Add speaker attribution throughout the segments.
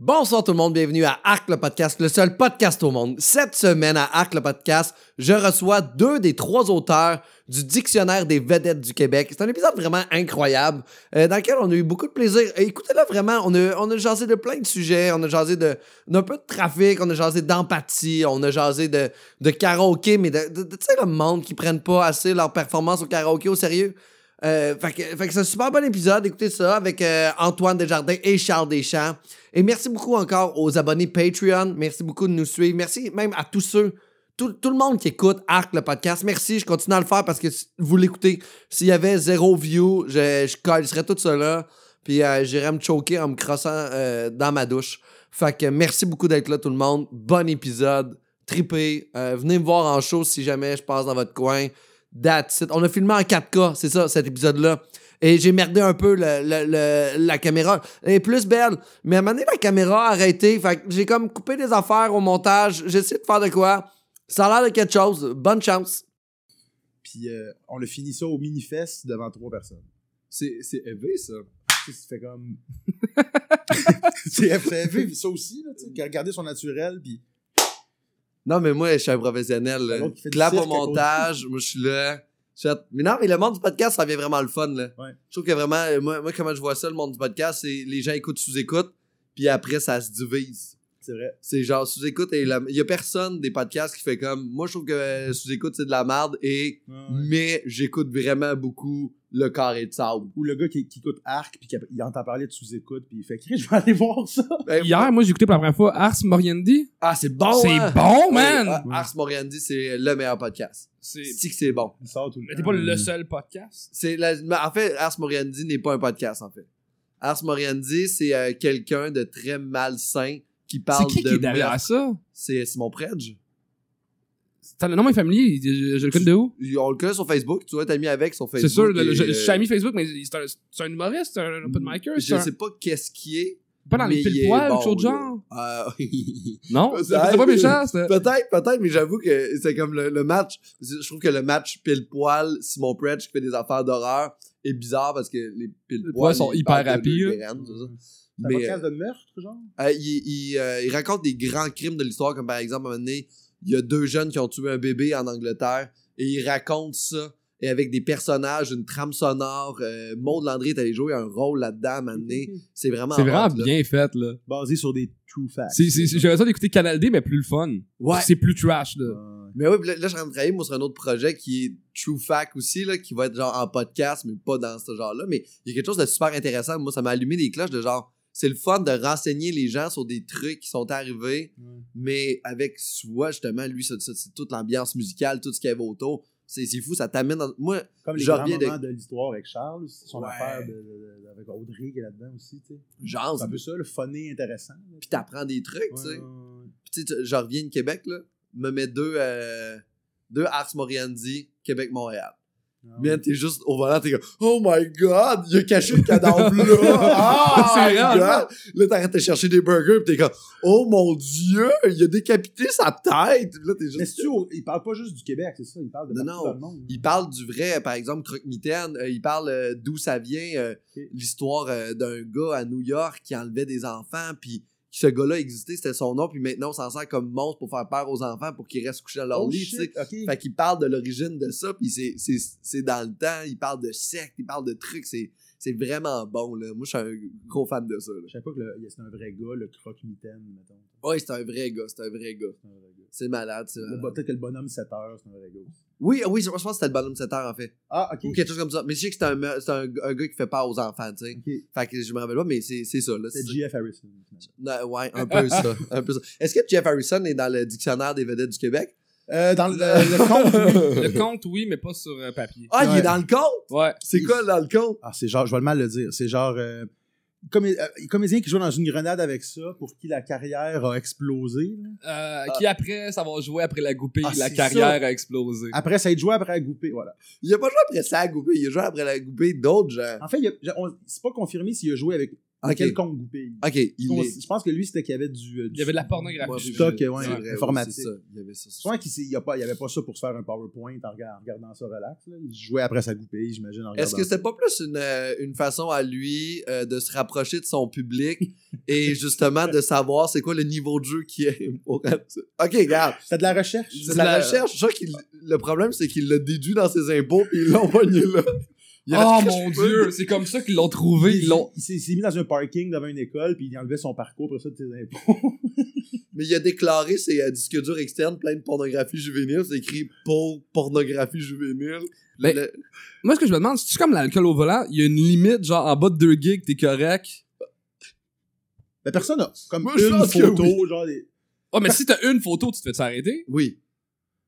Speaker 1: Bonsoir tout le monde, bienvenue à Arc le podcast, le seul podcast au monde. Cette semaine à Arc le podcast, je reçois deux des trois auteurs du dictionnaire des vedettes du Québec. C'est un épisode vraiment incroyable euh, dans lequel on a eu beaucoup de plaisir. Et Écoutez-le vraiment, on a, on a jasé de plein de sujets, on a jasé de d'un peu de trafic, on a jasé d'empathie, on a jasé de, de karaoké, mais de, de- de- tu sais le monde qui prennent pas assez leur performance au karaoké au sérieux. Euh, fait que, fait que c'est un super bon épisode, écoutez ça avec euh, Antoine Desjardins et Charles Deschamps. Et merci beaucoup encore aux abonnés Patreon. Merci beaucoup de nous suivre. Merci même à tous ceux, tout, tout le monde qui écoute Arc le podcast. Merci, je continue à le faire parce que si vous l'écoutez. S'il y avait zéro view, je, je collerais tout cela. Puis euh, j'irais me choquer en me crossant euh, dans ma douche. Fait que merci beaucoup d'être là, tout le monde. Bon épisode. Tripez. Euh, venez me voir en show si jamais je passe dans votre coin. That's it. On a filmé en 4K, c'est ça, cet épisode-là. Et j'ai merdé un peu le- le- le- la caméra. Elle est plus belle. Mais à un moment donné, la caméra a arrêté. Fait que j'ai comme coupé des affaires au montage. J'essaie de faire de quoi. Ça a l'air de quelque chose. Bonne chance.
Speaker 2: Puis euh, on a fini ça au mini-fest devant trois personnes. C'est c'est élevé, ça. Tu sais, ça fait comme. c'est c'est élevé, ça aussi, là, tu sais. Regarder son naturel, puis.
Speaker 1: Non, mais moi, je suis un professionnel. là.
Speaker 2: L'autre qui fait du
Speaker 1: Clap au
Speaker 2: cirque à côté.
Speaker 1: montage. Moi, je suis là. Je fais- Mais non, mais le monde du podcast, ça vient vraiment le fun. Là.
Speaker 2: Ouais.
Speaker 1: Je trouve que vraiment, euh, moi, moi, comment je vois ça, le monde du podcast, c'est les gens écoutent sous-écoute. Puis après, ça se divise.
Speaker 2: C'est vrai.
Speaker 1: C'est genre sous-écoute et la- il y a personne des podcasts qui fait comme moi je trouve que euh, sous-écoute c'est de la merde et mais j'écoute vraiment beaucoup le carré de sable.
Speaker 2: Ou le gars qui, qui écoute Arc, puis qui il entend parler de sous-écoute, puis il fait Chris, je vais aller voir ça.
Speaker 1: Ben,
Speaker 3: Hier, moi, j'ai écouté pour la première fois Ars Moriendi.
Speaker 1: ah c'est bon
Speaker 3: c'est
Speaker 1: hein?
Speaker 3: bon,
Speaker 1: Ouais,
Speaker 3: man!
Speaker 1: ah, Ars Moriendi c'est le meilleur podcast.
Speaker 3: C'est...
Speaker 1: Si que c'est bon.
Speaker 2: Il sort tout le
Speaker 3: Mais
Speaker 2: temps.
Speaker 3: t'es pas
Speaker 1: Euh,
Speaker 3: le seul podcast.
Speaker 1: C'est la- mais en fait Ars Moriendi n'est pas un podcast en fait. Ars Moriendi c'est euh, quelqu'un de très malsain qui parle
Speaker 3: C'est qui
Speaker 1: de
Speaker 3: qui est derrière
Speaker 1: meurtre.
Speaker 3: ça?
Speaker 1: C'est Simon Predge.
Speaker 3: T'as le nom est familier, je, je le connais de où?
Speaker 1: On le connaît sur Facebook, tu vois t'as mis avec sur Facebook.
Speaker 3: c'est sûr, le-
Speaker 1: et,
Speaker 3: le- je,
Speaker 1: euh,
Speaker 3: je suis ami Facebook, mais c'est un, c'est un humoriste, c'est un open micer, c'est
Speaker 1: Je
Speaker 3: un-
Speaker 1: sais pas qu'est-ce qui est
Speaker 3: pas dans
Speaker 1: mais
Speaker 3: les
Speaker 1: il est
Speaker 3: pile poils
Speaker 1: bon,
Speaker 3: ou autre
Speaker 1: là.
Speaker 3: genre.
Speaker 1: Euh,
Speaker 3: Non,
Speaker 1: Ça
Speaker 3: c'est c'est pas
Speaker 1: arrive.
Speaker 3: méchant, c'est...
Speaker 1: peut-être, peut-être, mais j'avoue que c'est comme le, le match. Je trouve que le match pile-poil, Simon Pretch qui fait des affaires d'horreur, est bizarre parce que les pile-poil
Speaker 3: poils sont
Speaker 1: ils
Speaker 3: hyper
Speaker 1: parlent de- de-
Speaker 3: rapides, mm. là.
Speaker 1: des reines, tout ça.
Speaker 2: C'est un
Speaker 1: Mais,
Speaker 2: podcast de meurtre, genre.
Speaker 1: Euh, il, il, euh, il raconte des grands crimes de l'histoire, comme par exemple, à un moment donné, il y a deux jeunes qui ont tué un bébé en Angleterre, et il raconte ça, et avec des personnages, une trame sonore. Euh, Maud Landry est allé jouer un rôle là-dedans, à un moment donné. C'est vraiment...
Speaker 3: C'est vraiment
Speaker 1: hot, là.
Speaker 3: bien fait, là.
Speaker 2: Basé sur des true facts.
Speaker 3: C'est, c'est, c'est- j'aurais ça d'écouter Canal D, mais plus le fun.
Speaker 1: Ouais.
Speaker 3: C'est plus trash, là.
Speaker 2: Euh,
Speaker 1: Mais oui, là, là, je suis en train de travailler, moi, sur un autre projet qui est True Fact aussi, là, qui va être genre en podcast, mais pas dans ce genre-là. Mais il y a quelque chose de super intéressant. Moi, ça m'a allumé des cloches de genre, c'est le fun de renseigner les gens sur des trucs qui sont arrivés,
Speaker 2: Ouais.
Speaker 1: mais avec soi, justement, lui, ça- ça- c'est toute l'ambiance musicale, tout ce qu'il y avait autour. C'est c'est fou, ça t'amène dans. Moi,
Speaker 2: Comme les
Speaker 1: Je
Speaker 2: grands
Speaker 1: reviens de-
Speaker 2: moments de, l'histoire avec Charles, aussi, son
Speaker 1: Ouais.
Speaker 2: affaire de, de- de- avec Audrey qui est là-dedans aussi, tu sais.
Speaker 1: genre,
Speaker 2: C'est un peu ça, le funny intéressant. là.
Speaker 1: puis t'apprends des trucs, tu
Speaker 2: Ouais,
Speaker 1: sais.
Speaker 2: ouais, ouais.
Speaker 1: Puis tu sais, tu- je reviens de Québec, là, me mets deux, euh, deux Ars Moriendi, Québec-Montréal.
Speaker 2: Ah,
Speaker 1: Man, t'es juste au volant, t'es comme Oh my god, il a caché le cadavre là!
Speaker 3: C'est
Speaker 1: Ah, my
Speaker 3: vrai, hein?
Speaker 1: God. Là, t'arrêtes de chercher des burgers, pis t'es comme Oh mon dieu, il a décapité sa tête! Puis Là, t'es
Speaker 2: Mais
Speaker 1: juste.
Speaker 2: c'est-tu au- il parle pas juste du Québec, c'est ça, il parle de
Speaker 1: Non, non.
Speaker 2: partout dans le monde.
Speaker 1: Il parle du vrai, par exemple, Croque-Mitaine, euh, il parle euh, d'où ça vient, euh,
Speaker 2: Ok.
Speaker 1: l'histoire euh, d'un gars à New York qui enlevait des enfants, puis ce gars-là existait, c'était son nom, puis maintenant on s'en sert comme monstre pour faire peur aux enfants pour qu'ils restent couchés dans leur
Speaker 2: Oh
Speaker 1: lit, tu
Speaker 2: shit,
Speaker 1: sais.
Speaker 2: ok.
Speaker 1: Fait qu'il parle de l'origine de ça, puis c'est- c'est c'est dans le temps, il parle de secte, il parle de trucs, c'est c'est vraiment bon, là. Moi, je suis un gros fan de ça,
Speaker 2: Je savais pas que le- il- c'est un vrai gars, le croque-mitaine, mettons.
Speaker 1: là. Ouais, c'est un vrai gars, c'est un vrai gars.
Speaker 2: C'est un vrai gars.
Speaker 1: C'est malade, c'est
Speaker 2: Le-
Speaker 1: malade.
Speaker 2: Peut-être que le bonhomme 7 heures, c'est un vrai gars aussi.
Speaker 1: Oui, oui, je pense que c'était le bonhomme 7 heures, en fait.
Speaker 2: Ah, ok.
Speaker 1: Ou quelque chose comme ça. Mais je sais que c'est un, me- c'est un, un gars qui fait peur aux enfants, tu sais.
Speaker 2: Ok.
Speaker 1: Fait que je me rappelle pas, mais c'est c'est ça, là.
Speaker 2: C'est
Speaker 1: C'est-
Speaker 2: G.F. Harrison. finalement.
Speaker 1: Non, ouais, un peu ça. un peu ça. Est-ce que Jeff Harrison est dans le dictionnaire des vedettes du Québec?
Speaker 2: Euh, dans le, le compte.
Speaker 3: Le compte, oui, mais pas sur euh, papier.
Speaker 1: Ah, il est
Speaker 2: Ouais.
Speaker 1: dans le compte?
Speaker 3: Ouais.
Speaker 1: C'est quoi dans le compte?
Speaker 2: Ah, c'est genre, je vais le mal le dire. C'est genre. euh, comé- euh, comédien qui joue dans une grenade avec ça, pour qui la carrière a explosé. là.
Speaker 3: Euh, Qui après, ça va jouer après la goupille,
Speaker 2: Ah,
Speaker 3: la
Speaker 2: c'est
Speaker 3: carrière a explosé.
Speaker 2: Après, ça a été joué après à goupé. Voilà.
Speaker 1: Il a pas joué après ça à goupée, il a joué après la goupée d'autres gens.
Speaker 2: En fait, il y a- on- c'est pas confirmé s'il a joué avec de
Speaker 1: Ok.
Speaker 2: quelconque goupille.
Speaker 1: Ok, il
Speaker 2: On-
Speaker 1: est.
Speaker 2: Je pense que lui, c'était qu'il y avait du, euh,
Speaker 3: Il
Speaker 2: du
Speaker 3: y avait de la
Speaker 1: Bah, Ouais,
Speaker 3: pornographie.
Speaker 1: c'est
Speaker 2: stock,
Speaker 1: vrai,
Speaker 2: ouais,
Speaker 1: c'est vrai,
Speaker 2: informatique.
Speaker 1: c'est ça, Il y avait ça.
Speaker 2: Je crois qu'il n'y avait pas ça pour se faire un PowerPoint en regard- en regardant ça relax. là. Il jouait après sa goupille, j'imagine. en
Speaker 1: Est-ce
Speaker 2: regardant
Speaker 1: que c'était pas plus une, euh, une façon à lui euh, de se rapprocher de son public et justement de savoir c'est quoi le niveau de jeu qui est pour- Ok, regarde.
Speaker 2: ça. C'était de la recherche.
Speaker 1: C'est de la recherche. Je crois qu'il- le problème, c'est qu'il l'a déduit dans ses impôts puis il l'a envoyé là. Il a
Speaker 3: Oh
Speaker 1: fait,
Speaker 3: mon
Speaker 1: je peux-
Speaker 3: dieu, c'est comme ça qu'ils l'ont trouvé.
Speaker 2: Il,
Speaker 3: Ils l'ont.
Speaker 2: il s'est il s'est mis dans un parking devant une école, puis il enlevait son parcours pour ça de ses impôts.
Speaker 1: Mais il a déclaré ses euh, disques durs externes plein de pornographie juvénile. C'est écrit pour pornographie juvénile.
Speaker 3: Mais-
Speaker 1: Le-
Speaker 3: Moi, ce que je me demande, c'est-tu comme l'alcool au volant? Il y a une limite, genre en bas de 2 gigs, t'es correct.
Speaker 2: La personne a comme
Speaker 1: Moi, je
Speaker 2: une
Speaker 1: pense que
Speaker 2: photo, genre des...
Speaker 3: Oh, mais si t'as une photo, tu te fais arrêter?
Speaker 1: Oui.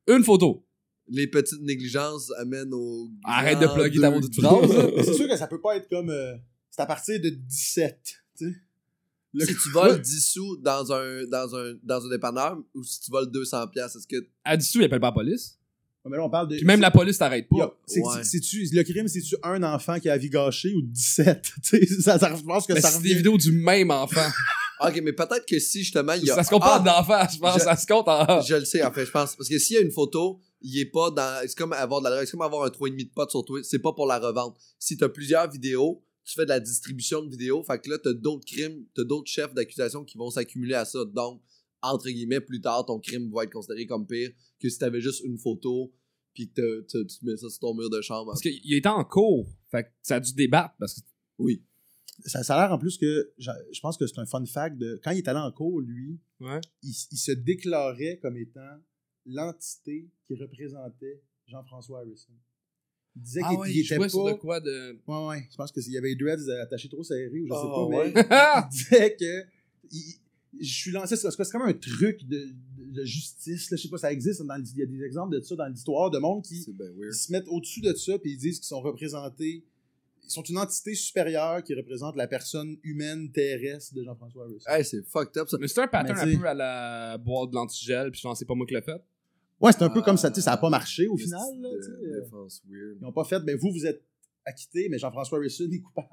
Speaker 3: Une photo.
Speaker 1: Les petites négligences amènent au.
Speaker 3: Arrête
Speaker 1: Ah,
Speaker 3: de plugger ta maudite
Speaker 1: grand-
Speaker 3: phrase.
Speaker 2: Mais C'est sûr que ça peut pas être comme... euh, c'est à partir de 17, tu sais. Le-
Speaker 1: si tu voles 10 sous dans un, dans un, dans un dépanneur ou si tu voles 200 pièces est-ce que
Speaker 3: À dessous, il appelle pas la police.
Speaker 2: Ouais, mais là, on parle de...
Speaker 3: Puis même la police t'arrête
Speaker 2: Y a-
Speaker 3: pas.
Speaker 2: c'est-
Speaker 1: Ouais.
Speaker 2: c'est- c'est-tu- le crime, c'est-tu un enfant qui a la vie gâchée ou 17? Tu sais, ça, ça- je pense que
Speaker 3: Mais
Speaker 2: ça
Speaker 3: Ben, c'est des
Speaker 2: revient.
Speaker 3: vidéos du même enfant.
Speaker 1: OK, mais peut-être que si justement il y a
Speaker 3: Ça se compte pas
Speaker 1: Ah,
Speaker 3: d'enfant, je pense.
Speaker 1: je-
Speaker 3: Ça se compte en.
Speaker 1: je le sais en fait, je pense parce que s'il y a une photo, il est pas dans c'est comme avoir de la drogue, c'est comme avoir un 3,5 de pote sur Twitter, c'est pas pour la revente. Si tu as plusieurs vidéos, tu fais de la distribution de vidéos, fait que là tu d'autres crimes, tu d'autres chefs d'accusation qui vont s'accumuler à ça. Donc entre guillemets, plus tard ton crime va être considéré comme pire que si tu avais juste une photo puis que t'as- tu- tu mets ça sur ton mur de chambre.
Speaker 3: Parce qu'il était en cours. Fait que ça a dû débattre. Parce que
Speaker 1: Oui.
Speaker 2: Ça, ça a l'air en plus que je, je pense que c'est un fun fact de quand il est allé en cours, lui,
Speaker 3: Ouais.
Speaker 2: il, il se déclarait comme étant l'entité qui représentait Jean-François Harrison. Il
Speaker 3: Ah
Speaker 2: disait qu'il il était pas.
Speaker 3: quoi de.
Speaker 2: Ouais, ouais, je pense qu'il y avait les dreads euh, attachés trop serrés ou je
Speaker 1: Ah,
Speaker 2: sais pas, mais il disait que il- il- je suis lancé. C'est c'est comme un truc de, de justice. Là, je sais pas, ça existe. dans le- il y a des exemples de ça dans l'histoire de monde qui
Speaker 1: C'est bien weird.
Speaker 2: ils se mettent au-dessus de ça puis ils disent qu'ils sont représentés. Ils sont une entité supérieure qui représente la personne humaine terrestre de Jean-François Harrison.
Speaker 1: Hey, c'est fucked up ça.
Speaker 3: Mais c'est un pattern
Speaker 2: Mais
Speaker 3: un peu à la boire de l'antigel, puis je pense que c'est pas moi qui l'ai fait.
Speaker 2: Ouais, c'est un peu
Speaker 1: Ah.
Speaker 2: comme ça. Tu sais, ça n'a pas marché au final.
Speaker 1: Esti
Speaker 2: là,
Speaker 1: de
Speaker 2: tu sais, euh,
Speaker 1: défense weird.
Speaker 2: ils n'ont pas fait, mais vous, vous êtes acquitté, mais Jean-François Harrison est coupable.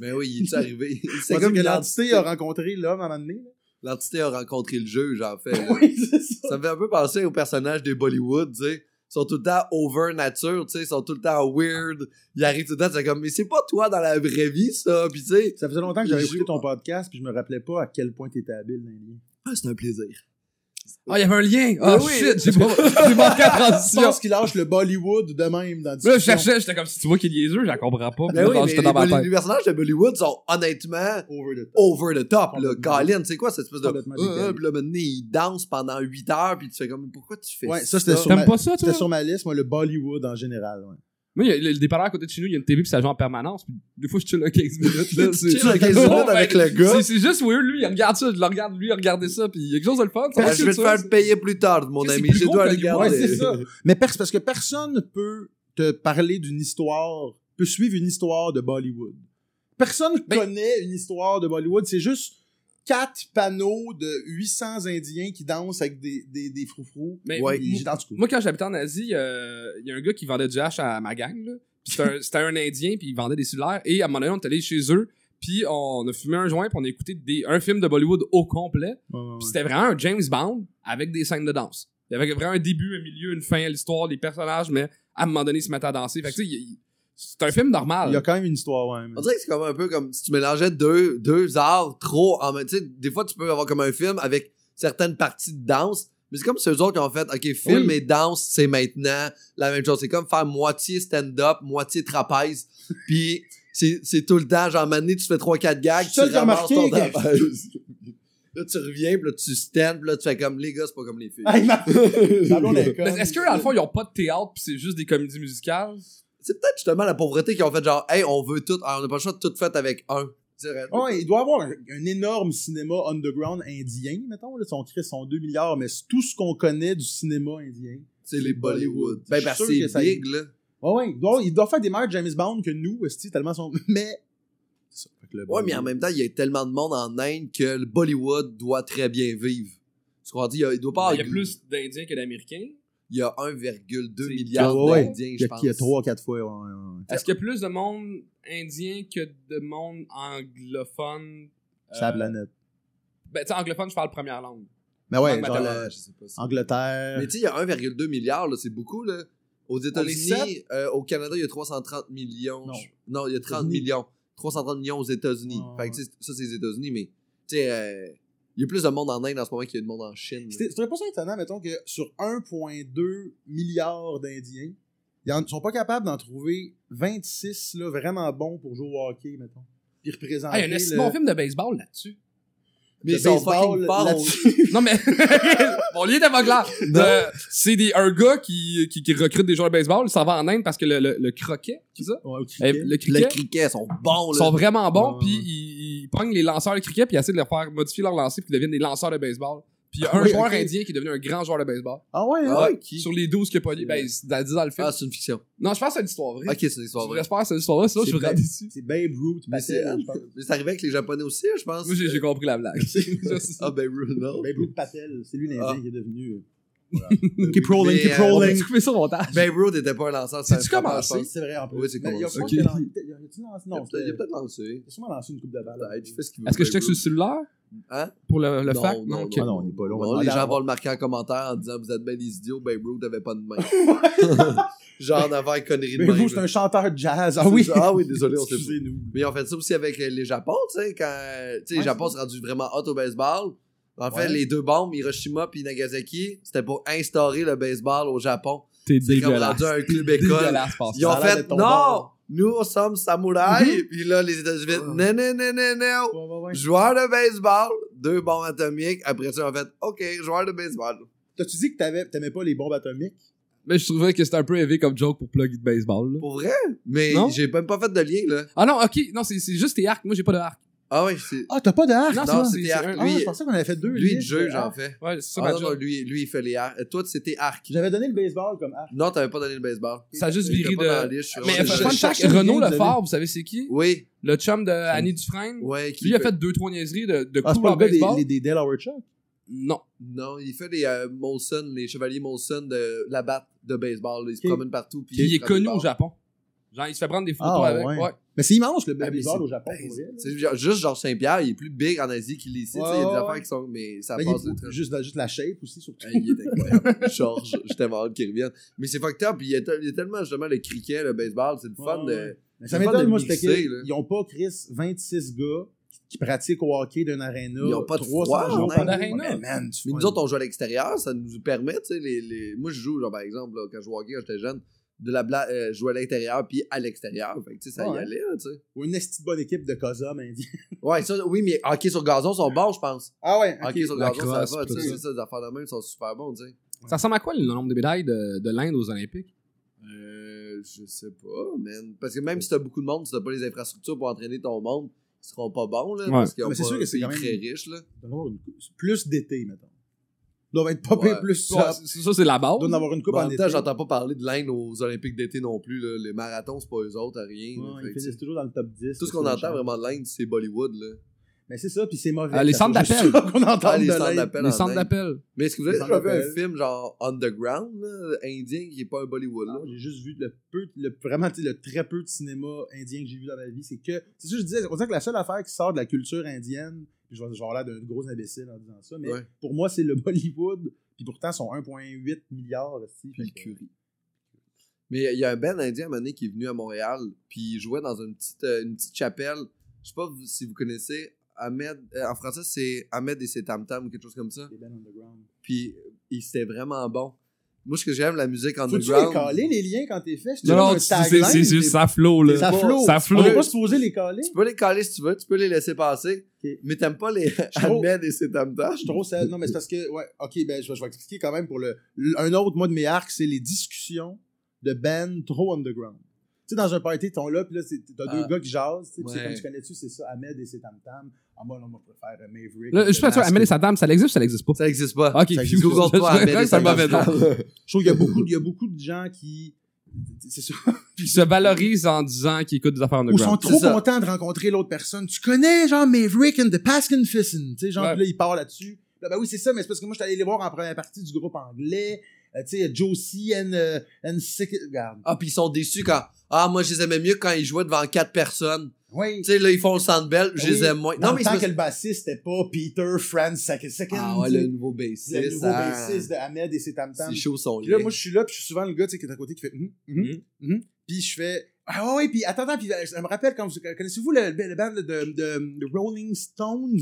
Speaker 1: Mais Ben oui, il est arrivé.
Speaker 2: C'est
Speaker 1: C'est
Speaker 2: comme
Speaker 1: comme
Speaker 2: que
Speaker 1: une
Speaker 2: l'entité a rencontré l'homme à un moment donné. là.
Speaker 1: L'entité a rencontré le juge, en fait. là.
Speaker 2: Oui, c'est ça.
Speaker 1: ça me fait un peu penser aux personnages des Bollywood, tu sais. Ils sont tout le temps over nature, tu sais. Ils sont tout le temps weird. Ils arrivent tout le temps, c'est comme, mais c'est pas toi dans la vraie vie, ça. Puis, tu sais.
Speaker 2: Ça faisait longtemps que j'avais
Speaker 1: Il
Speaker 2: écouté
Speaker 1: joue-
Speaker 2: ton podcast, puis je me rappelais pas à quel point tu étais habile dans les liens.
Speaker 1: Ah, c'est un plaisir.
Speaker 3: Ah, il y avait un lien! Ah,
Speaker 1: Ben oui.
Speaker 3: shit! J'ai pas- j'ai manqué la
Speaker 2: Je
Speaker 3: transition!
Speaker 2: pense qu'il lâche le Bollywood de même dans la
Speaker 3: Là, je
Speaker 2: discussion.
Speaker 3: cherchais, j'étais comme si tu vois qu'il est liaiseux, je la comprends pas. Puis
Speaker 2: Ben
Speaker 1: Mais
Speaker 3: là,
Speaker 1: Ben oui,
Speaker 3: genre,
Speaker 1: mais
Speaker 3: j'étais
Speaker 1: les,
Speaker 3: dans ma
Speaker 1: Bolly-
Speaker 3: tête.
Speaker 1: les personnages de Bollywood sont honnêtement
Speaker 2: Over the top.
Speaker 1: over the top, là.
Speaker 2: Complètement.
Speaker 1: Colin, c'est quoi cette espèce de.
Speaker 2: Complètement
Speaker 1: Ah, ah,
Speaker 2: décalé.
Speaker 1: puis là, maintenant, il danse pendant 8 heures, puis tu fais comme, pourquoi tu fais
Speaker 2: Ouais,
Speaker 1: ça?
Speaker 2: ça, c'était sur, ma...
Speaker 3: T'aimes pas ça, toi?
Speaker 2: c'était sur ma liste, moi, le Bollywood en général. ouais.
Speaker 3: Moi, il y a- le, le dépanneur à côté de chez nous, il y a une TV, puis ça joue en permanence. Puis des fois, je chill un 15 minutes. Là,
Speaker 1: Tu
Speaker 3: c'est-
Speaker 1: chilles un 15 minutes
Speaker 3: Ouais,
Speaker 1: avec le gars.
Speaker 3: C'est, c'est juste weird, lui, il regarde ça, je le regarde, lui, il regarde ça, puis il y a quelque chose de le fun. ça,
Speaker 1: Ah,
Speaker 3: c'est
Speaker 1: je vais te
Speaker 3: ça,
Speaker 1: faire
Speaker 3: c'est-
Speaker 1: payer plus tard, mon
Speaker 3: C'est
Speaker 1: ami.
Speaker 3: plus
Speaker 1: Je
Speaker 3: gros
Speaker 1: dois
Speaker 3: que
Speaker 1: le
Speaker 3: lui.
Speaker 1: garder.
Speaker 2: Ouais, c'est ça. Mais pers- parce que personne ne peut te parler d'une histoire, peut suivre une histoire de Bollywood. Personne
Speaker 3: Ben-
Speaker 2: connaît une histoire de Bollywood. C'est juste quatre panneaux de 800 Indiens qui dansent avec des, des, des froufrous.
Speaker 3: Mais
Speaker 1: Ouais.
Speaker 2: Puis j'ai dans du coup.
Speaker 3: Moi, quand j'habitais en Asie, euh, il y a un gars qui vendait du hash à ma gang. là. Puis C'était un, c'était un Indien, puis il vendait des cellulaires. Et à un moment donné, on est allé chez eux, puis on a fumé un joint, puis on a écouté des- un film de Bollywood au complet. Puis c'était vraiment un James Bond avec des scènes de danse. Il y avait vraiment un début, un milieu, une fin, l'histoire, les personnages, mais à un moment donné, ils se mettaient à danser. Fait que tu sais, il- il- c'est un film normal.
Speaker 2: Il y a quand même une histoire, ouais. mais-
Speaker 1: On dirait que c'est comme un peu comme si tu mélangeais deux, deux arts trop en même. Tu sais, des fois, tu peux avoir comme un film avec certaines parties de danse, mais c'est comme ceux autres qui ont fait, OK, film
Speaker 3: Oui.
Speaker 1: et danse, c'est maintenant la même chose. C'est comme faire moitié stand-up, moitié trapèze, puis c'est c'est tout le temps, genre, mané, tu fais trois, quatre gags,
Speaker 2: Je suis
Speaker 1: tu
Speaker 2: seul qui a
Speaker 1: ramasses ton
Speaker 2: remarqué que-
Speaker 1: trapèze. Là, tu reviens, puis là, tu stand, puis là, tu fais comme, les gars, c'est pas comme les filles.
Speaker 2: Ah, il m'a- Ma blonde est conne.
Speaker 3: Mais est-ce que dans le fond, ils ont pas de théâtre, puis c'est juste des comédies musicales?
Speaker 1: C'est peut-être justement la pauvreté qui ont fait genre, hey, on veut tout, on n'a pas le choix de tout fait avec un. Direct.
Speaker 2: Ouais, il doit y avoir un, un énorme cinéma underground indien, mettons. Là, son Christ, son 2 milliards, mais c'est tout ce qu'on connaît du cinéma indien.
Speaker 1: C'est les Bollywood.
Speaker 2: Bollywood.
Speaker 1: Ben,
Speaker 2: Je
Speaker 1: parce
Speaker 2: suis
Speaker 1: que
Speaker 2: sûr
Speaker 1: c'est
Speaker 2: que ça-
Speaker 1: big, là.
Speaker 2: Ouais, ouais. Il doit, il doit faire des meilleurs James Bond que nous, esti, tellement sont. Mais. C'est ça, fait que le
Speaker 1: Ouais,
Speaker 2: bon-
Speaker 1: mais en même temps, il y a tellement de monde en Inde que le Bollywood doit très bien vivre. Ce qu'on dit, Ben, il y a- il doit pas
Speaker 3: il y a plus d'Indiens que d'Américains.
Speaker 1: il y a 1,2
Speaker 3: C'est-
Speaker 1: milliard
Speaker 2: Ah ouais,
Speaker 1: d'Indiens,
Speaker 2: Il y
Speaker 1: je
Speaker 2: a-
Speaker 1: pense.
Speaker 2: il y a trois, quatre fois. ouais, ouais, ouais.
Speaker 3: Est-ce qu'il y a plus de monde indien que de monde anglophone?
Speaker 2: C'est la
Speaker 3: euh,
Speaker 2: planète.
Speaker 3: Ben, tu sais, anglophone, je parle première langue.
Speaker 2: Mais ouais,
Speaker 3: Langue
Speaker 2: genre
Speaker 3: maternelle,
Speaker 2: la-
Speaker 1: Ah, je sais pas si-
Speaker 3: Euh.
Speaker 2: Angleterre.
Speaker 1: euh, Mais tu sais, il y a 1,2 milliard, là, c'est beaucoup. Là. Aux États-Unis,
Speaker 3: sept.
Speaker 1: euh, au Canada, il y a 330 millions.
Speaker 2: Non.
Speaker 1: Je- Non, il y a 30
Speaker 2: États-Unis.
Speaker 1: millions. 330 millions aux États-Unis.
Speaker 3: Ah,
Speaker 2: Ouais,
Speaker 1: Fait que, tu sais, ça, c'est les États-Unis, mais tu sais, euh, il y a plus de monde en Inde en ce moment qu'il y a de monde en Chine. là.
Speaker 2: C'était- C'était pas ça étonnant, mettons, que sur 1,2 milliard d'Indiens, ils en- sont pas capables d'en trouver 26 là, vraiment bons pour jouer au hockey, mettons. Puis représenter.
Speaker 3: Ah, il y a un
Speaker 2: le-
Speaker 3: assez bon film de baseball là-dessus.
Speaker 1: Mais
Speaker 2: le
Speaker 1: ils sont
Speaker 2: baseball
Speaker 1: fucking forts.
Speaker 2: là-dessus.
Speaker 3: non, mais. Mon lien était pas clair. Euh, c'est des, un gars qui, qui, qui recrute des joueurs de baseball, il s'en va en Inde parce que le, le, le croquet, c'est ça?
Speaker 2: Ouais, au
Speaker 3: Eh,
Speaker 2: cricket.
Speaker 3: Le
Speaker 1: Le
Speaker 3: cricket.
Speaker 1: cricket, ils sont bons.
Speaker 3: Ils
Speaker 1: Là.
Speaker 3: sont vraiment bons,
Speaker 2: Ouais,
Speaker 3: puis
Speaker 2: ouais.
Speaker 3: ils, ils pognent les lanceurs de cricket, puis ils essaient de leur faire modifier leur lancer, puis ils deviennent des lanceurs de baseball. Puis il y a un
Speaker 2: Oui,
Speaker 3: joueur
Speaker 2: ok.
Speaker 3: indien qui est devenu un grand joueur de baseball.
Speaker 2: Ah ouais,
Speaker 1: Ah,
Speaker 2: ouais.
Speaker 1: qui-
Speaker 3: Sur les 12 qu'il a pogné, ben, c'est dans dans le film.
Speaker 1: Ah, c'est une fiction.
Speaker 3: non, je pense que c'est une histoire vraie.
Speaker 1: Ok, c'est une histoire
Speaker 3: Je
Speaker 1: vraie.
Speaker 3: J'espère que c'est une histoire vraie, sinon je suis
Speaker 2: C'est
Speaker 3: vraiment
Speaker 2: vrai.
Speaker 3: déçu.
Speaker 2: C'est Babe Ruth.
Speaker 1: Mais c'est euh,
Speaker 2: Patel, je pense.
Speaker 1: mais c'est arrivé avec les Japonais aussi, je pense. Euh,
Speaker 3: Moi, j'ai j'ai compris la blague.
Speaker 1: Ah, ben, Bruno.
Speaker 2: Babe Ruth Patel, c'est lui l'Indien
Speaker 1: Ah.
Speaker 2: qui est devenu. euh,
Speaker 1: Keep rolling, keep
Speaker 3: On va
Speaker 1: rolling.
Speaker 3: couper ça au montage.
Speaker 1: euh, Ben, Bro n'était pas un lanceur.
Speaker 3: C'est-tu
Speaker 1: un frappeur,
Speaker 3: commencé?
Speaker 1: je pense.
Speaker 2: C'est vrai en plus.
Speaker 1: Oui, Ah, c'est
Speaker 2: Mais il y a- je
Speaker 1: cool.
Speaker 2: pense
Speaker 1: Ok.
Speaker 2: qu'il a lancé- il y a- il y a-tu lancé-
Speaker 1: Il a
Speaker 2: Non,
Speaker 1: peut-être- il a
Speaker 2: c'était-
Speaker 1: peut-être lancé.
Speaker 2: il a sûrement lancé une coupe de balle.
Speaker 1: Peut-être, il fait ce qu'il veut,
Speaker 3: Est-ce que je
Speaker 1: Ben,
Speaker 3: check sur le cellulaire?
Speaker 1: Bro. Hein?
Speaker 3: Pour le, le
Speaker 1: Non,
Speaker 3: fact?
Speaker 1: non,
Speaker 3: Non,
Speaker 1: non.
Speaker 3: ok.
Speaker 2: Ah non, on n'est pas là. on va
Speaker 1: Bon,
Speaker 2: demander
Speaker 1: les
Speaker 2: à-
Speaker 1: gens vont le marquer en commentaire en disant Vous êtes bien les idiots, ben Bro n'avait pas de main. Genre d'avant connerie de
Speaker 2: Babe
Speaker 1: main.
Speaker 2: Ruth, c'est un chanteur de jazz. Ah oui.
Speaker 1: Ah oui, désolé, on s'est fait.
Speaker 2: Excusez-nous.
Speaker 1: Mais ils ont fait ça aussi avec euh, les Japon, tu sais, quand euh, tu sais, les
Speaker 2: Ouais,
Speaker 1: Japon
Speaker 2: c'est
Speaker 1: sont rendus vraiment hot au baseball. En fait,
Speaker 2: Ouais.
Speaker 1: les deux bombes, Hiroshima puis Nagasaki, c'était pour instaurer le baseball au Japon.
Speaker 3: T'es
Speaker 1: C'est comme
Speaker 3: dégueulasse.
Speaker 1: rendu un club
Speaker 3: T'es
Speaker 1: école.
Speaker 3: dégueulasse, parce
Speaker 1: Ils ont
Speaker 2: Ça a l'air
Speaker 1: fait
Speaker 2: d'être
Speaker 1: non,
Speaker 2: ton bord.
Speaker 1: nous sommes samouraïs. Puis là, les États-Unis, non, non, non, non, non.
Speaker 2: Ouais, ouais, ouais.
Speaker 1: Joueur de baseball, deux bombes atomiques. Après ça, en fait, OK, joueur de baseball.
Speaker 2: T'as-tu dit que t'avais- t'aimais pas les bombes atomiques?
Speaker 3: Mais je trouvais que c'était un peu élevé comme joke pour plug de baseball. là.
Speaker 1: Pour vrai? Mais
Speaker 3: Non?
Speaker 1: j'ai même pas fait de lien, là.
Speaker 3: Ah non, ok, non, c'est c'est juste tes arcs. Moi, j'ai pas de arc.
Speaker 1: Ah oui, c'est.
Speaker 2: Ah, t'as pas d'art?
Speaker 3: Non,
Speaker 1: non,
Speaker 3: c'est-
Speaker 1: c'était
Speaker 3: c'est
Speaker 1: arc.
Speaker 3: un-
Speaker 2: Ah,
Speaker 1: Lui,
Speaker 2: je pensais qu'on avait fait deux.
Speaker 1: lui,
Speaker 2: listes.
Speaker 1: Joe, j'en
Speaker 2: Ah,
Speaker 1: fais.
Speaker 3: Ouais, c'est ça
Speaker 1: Ah
Speaker 3: ma
Speaker 1: non, non,
Speaker 3: joke.
Speaker 1: lui, lui, il fait les arcs. Euh, Toi, c'était arc.
Speaker 2: J'avais donné le baseball comme arc.
Speaker 1: Non, t'avais pas donné le baseball.
Speaker 3: Ça a juste
Speaker 1: Il était
Speaker 3: viré
Speaker 1: pas dans la
Speaker 3: de.
Speaker 1: liste, je suis
Speaker 3: Mais
Speaker 1: vraiment
Speaker 2: je-
Speaker 3: fun
Speaker 1: désolé.
Speaker 2: je-
Speaker 3: fact,
Speaker 2: je-
Speaker 3: Renaud
Speaker 2: je-
Speaker 3: Lefort, vous savez c'est qui
Speaker 1: Oui.
Speaker 3: Le chum de Annie Dufresne.
Speaker 1: Ouais, qui
Speaker 3: Lui, il a
Speaker 1: fait-
Speaker 3: fait deux, trois niaiseries de, de
Speaker 2: Ah, c'est
Speaker 3: coups
Speaker 2: pas
Speaker 3: en
Speaker 2: le gars des,
Speaker 3: baseball.
Speaker 2: les- des Delaware Chuck.
Speaker 3: Non.
Speaker 1: Non, il fait les euh, Molson, les chevaliers Molson de la batte de baseball. Ils se
Speaker 2: Ok.
Speaker 1: promènent partout. Puis
Speaker 3: Puis il est
Speaker 1: prend
Speaker 3: connu
Speaker 1: des
Speaker 3: au
Speaker 1: balles.
Speaker 3: Japon. Genre, il se fait prendre des photos
Speaker 2: Ah,
Speaker 3: avec.
Speaker 2: ouais.
Speaker 3: Ouais.
Speaker 2: Mais c'est immense le
Speaker 1: Ah, mais
Speaker 2: baseball
Speaker 1: c'est-
Speaker 2: au Japon.
Speaker 1: Ben,
Speaker 2: pour vrai, là.
Speaker 1: c'est genre- juste genre Saint-Pierre, il est plus big en Asie qu'il est ici. tu sais, il
Speaker 3: Ah,
Speaker 1: y a des
Speaker 2: Ouais, ouais.
Speaker 1: affaires qui sont. Mais ça
Speaker 2: Ben, il est
Speaker 1: passe hein. de
Speaker 2: beau.
Speaker 1: très-
Speaker 2: juste, juste la shape aussi, surtout.
Speaker 1: Hey, il est incroyable. Georges, j'étais marre qu'il revienne. Mais c'est fucked up. puis Il y, a te- il y a tellement justement le cricket, le baseball. C'est le fun de.
Speaker 2: Ouais, Mais
Speaker 1: c'est
Speaker 2: ça
Speaker 1: le fun
Speaker 2: m'étonne,
Speaker 1: de
Speaker 2: moi, c'était
Speaker 1: mixer, là.
Speaker 2: qu'ils n'ont pas, Chris, 26 gars qui pratiquent au hockey d'un aréna.
Speaker 1: Ils ont pas de
Speaker 2: 300
Speaker 1: froid,
Speaker 2: jours
Speaker 1: en
Speaker 2: par
Speaker 3: aréna.
Speaker 2: année. Ouais, man, tu
Speaker 1: Mais nous
Speaker 2: vois,
Speaker 1: autres, on joue à l'extérieur, ça nous permet, tu sais, les, les- moi je joue, genre par exemple, là, quand je jouais au hockey, quand j'étais jeune, de la bla... euh, je jouais à l'intérieur puis à l'extérieur, fait que tu sais, ça y
Speaker 2: Ouais.
Speaker 1: allait, là, tu sais.
Speaker 2: Ou une esti de bonne équipe de Cosa, indien.
Speaker 1: Ouais, ça, oui, mais hockey sur gazon, sont bons, je pense.
Speaker 2: Ah ouais, ok.
Speaker 1: Hockey sur
Speaker 3: La
Speaker 1: gazon,
Speaker 3: crosse,
Speaker 1: ça va, tu
Speaker 3: tout
Speaker 1: sais,
Speaker 3: ça.
Speaker 1: c'est ça, des affaires de même, sont super bons, tu sais.
Speaker 3: Ça ressemble à quoi le nombre de médailles de, de l'Inde aux Olympiques
Speaker 1: Euh, je sais pas, man. Parce que même si t'as beaucoup de monde, si t'as pas les infrastructures pour entraîner ton monde, ils seront pas bons, là,
Speaker 3: Ouais.
Speaker 1: parce qu'ils ont
Speaker 2: Mais c'est
Speaker 1: pas
Speaker 2: sûr que
Speaker 1: un
Speaker 2: c'est
Speaker 1: pays
Speaker 2: quand même-
Speaker 1: très riche, là.
Speaker 2: Il doit y avoir une coupe- Plus d'été, mettons. Il doit être pas
Speaker 1: Ouais.
Speaker 2: pire plus
Speaker 3: Ça,
Speaker 2: ça.
Speaker 3: c'est- ça, c'est la base.
Speaker 2: Il doit en avoir une coupe
Speaker 1: Mais en
Speaker 2: en
Speaker 1: même
Speaker 2: été.
Speaker 1: temps, j'entends pas parler de l'Inde aux Olympiques d'été non plus, là. Les marathons, c'est pas eux autres, à rien. là.
Speaker 2: Ouais,
Speaker 1: Fait que,
Speaker 2: Ils
Speaker 1: tu sais,
Speaker 2: finissent toujours dans le top 10.
Speaker 1: tout ce
Speaker 2: c'est
Speaker 1: qu'on
Speaker 2: ça,
Speaker 1: entend
Speaker 2: genre.
Speaker 1: vraiment de l'Inde, c'est Bollywood, là.
Speaker 2: Mais c'est ça, puis c'est mauvais.
Speaker 3: Ah, les
Speaker 2: Ça,
Speaker 3: centres
Speaker 2: c'est juste
Speaker 3: d'appel.
Speaker 2: ça qu'on entend
Speaker 1: Ah, les
Speaker 2: de
Speaker 1: centres
Speaker 2: l'aide.
Speaker 1: d'appel
Speaker 3: Les
Speaker 1: en
Speaker 3: centres
Speaker 1: Inde.
Speaker 3: d'appel.
Speaker 1: Mais est-ce que vous avez
Speaker 2: Les
Speaker 1: déjà vu
Speaker 2: centres
Speaker 1: un
Speaker 2: d'appel.
Speaker 1: film genre underground, là, indien, qui est pas un Bollywood, là?
Speaker 2: Non, J'ai juste vu le peu, le, vraiment tu sais, le très peu de cinéma indien que j'ai vu dans ma vie. C'est que, c'est ça que je disais, on dirait que la seule affaire qui sort de la culture indienne, puis je vais genre là d'un gros imbécile en disant ça, mais
Speaker 1: Ouais.
Speaker 2: pour moi, c'est le Bollywood, puis pourtant, ils sont 1,8 milliard aussi. euh,
Speaker 1: Puis le curry. Mais il y a un band indien à un moment donné qui est venu à Montréal, puis il jouait dans une petite, euh, une petite chapelle. Je sais pas vous- si vous connaissez Ahmed. euh, en français, c'est Ahmed et ses Tam Tam ou quelque chose comme ça.
Speaker 2: Les bands underground.
Speaker 1: Puis euh, il c'était vraiment bon. Moi, ce que j'aime, la musique
Speaker 2: Faut-tu
Speaker 1: underground.
Speaker 2: les caler, les liens, quand t'es fait? Je te
Speaker 3: Non,
Speaker 2: donne
Speaker 3: non,
Speaker 2: un
Speaker 3: tu- c'est
Speaker 2: tagline,
Speaker 3: c'est juste
Speaker 2: t'es-
Speaker 3: ça flow, là.
Speaker 2: Ça flow.
Speaker 3: Ça
Speaker 2: On
Speaker 3: flow.
Speaker 2: n'est pas supposé les caler?
Speaker 1: Tu peux les caler si tu veux, tu peux les laisser passer.
Speaker 2: Ok.
Speaker 1: Mais t'aimes pas les
Speaker 2: trouve-
Speaker 1: Ahmed et ses Tam Tam.
Speaker 2: Ah, Je trouve ça. Non, mais c'est parce que. Ouais, ok, ben, je, vais- je vais expliquer quand même pour le. l- Un autre, moi, de mes arcs, c'est les discussions de bands trop underground. Tu sais, dans un party, t'es là, puis là, c'est- t'as
Speaker 1: Ah.
Speaker 2: deux gars qui jasent. Tu sais, puis c'est
Speaker 1: Ouais.
Speaker 2: comme tu connais-tu, c'est ça, Ahmed et ses Tam Tam. Ah, moi, non, moi, je préfère euh, Maverick.
Speaker 3: Là, je suis pas
Speaker 2: Mask.
Speaker 3: sûr, Amélie, sa dame, ça existe ou ça existe pas
Speaker 1: Ça existe pas.
Speaker 3: Ok,
Speaker 2: ça
Speaker 3: puis-
Speaker 2: existe.
Speaker 1: Google-toi Ahmed et
Speaker 3: C'est un
Speaker 1: ses
Speaker 3: mauvais
Speaker 1: Tam
Speaker 3: nom.
Speaker 1: Tam.
Speaker 2: Je trouve qu'il y, a beaucoup- il y a beaucoup de gens qui. C'est ça.
Speaker 3: Puis se valorise en disant qu'il écoute des affaires
Speaker 2: Ou sont
Speaker 3: underground.
Speaker 2: trop
Speaker 1: C'est ça.
Speaker 2: contents de rencontrer l'autre personne. Tu connais, genre, Maverick and the Paskinfissen. Tu sais, genre,
Speaker 3: Ouais.
Speaker 2: puis là, il part là-dessus. Là, ben oui, c'est ça, mais c'est parce que moi, je suis allé les voir en première partie du groupe anglais. euh, tu sais, Josie and, euh, and Sick. Regarde.
Speaker 1: Ah, puis ils sont déçus quand. Ah, moi, je les aimais mieux quand ils jouaient devant quatre personnes.
Speaker 2: Oui. Ben
Speaker 1: Tu sais, là, ils font le Sandbell, je les
Speaker 2: Oui.
Speaker 1: aime moins.
Speaker 2: Non,
Speaker 1: Non, mais
Speaker 2: tant
Speaker 1: c'est
Speaker 2: que le bassiste, c'était pas Peter, Franz, Second.
Speaker 1: Ah, ouais, le nouveau bassiste.
Speaker 2: le nouveau
Speaker 1: ah,
Speaker 2: bassiste de Ahmed et ses tam
Speaker 1: Ces shows sont
Speaker 2: Puis là,
Speaker 1: laids.
Speaker 2: moi, je suis là, puis je suis souvent le gars, tu sais, qui est à côté, qui fait hum, hum,
Speaker 3: Mhm.
Speaker 2: hum. Puis je fais Ah ouais, ouais, puis attends, attends, puis euh, je me rappelle quand vous connaissez-vous le, le band de, de- de Rolling Stones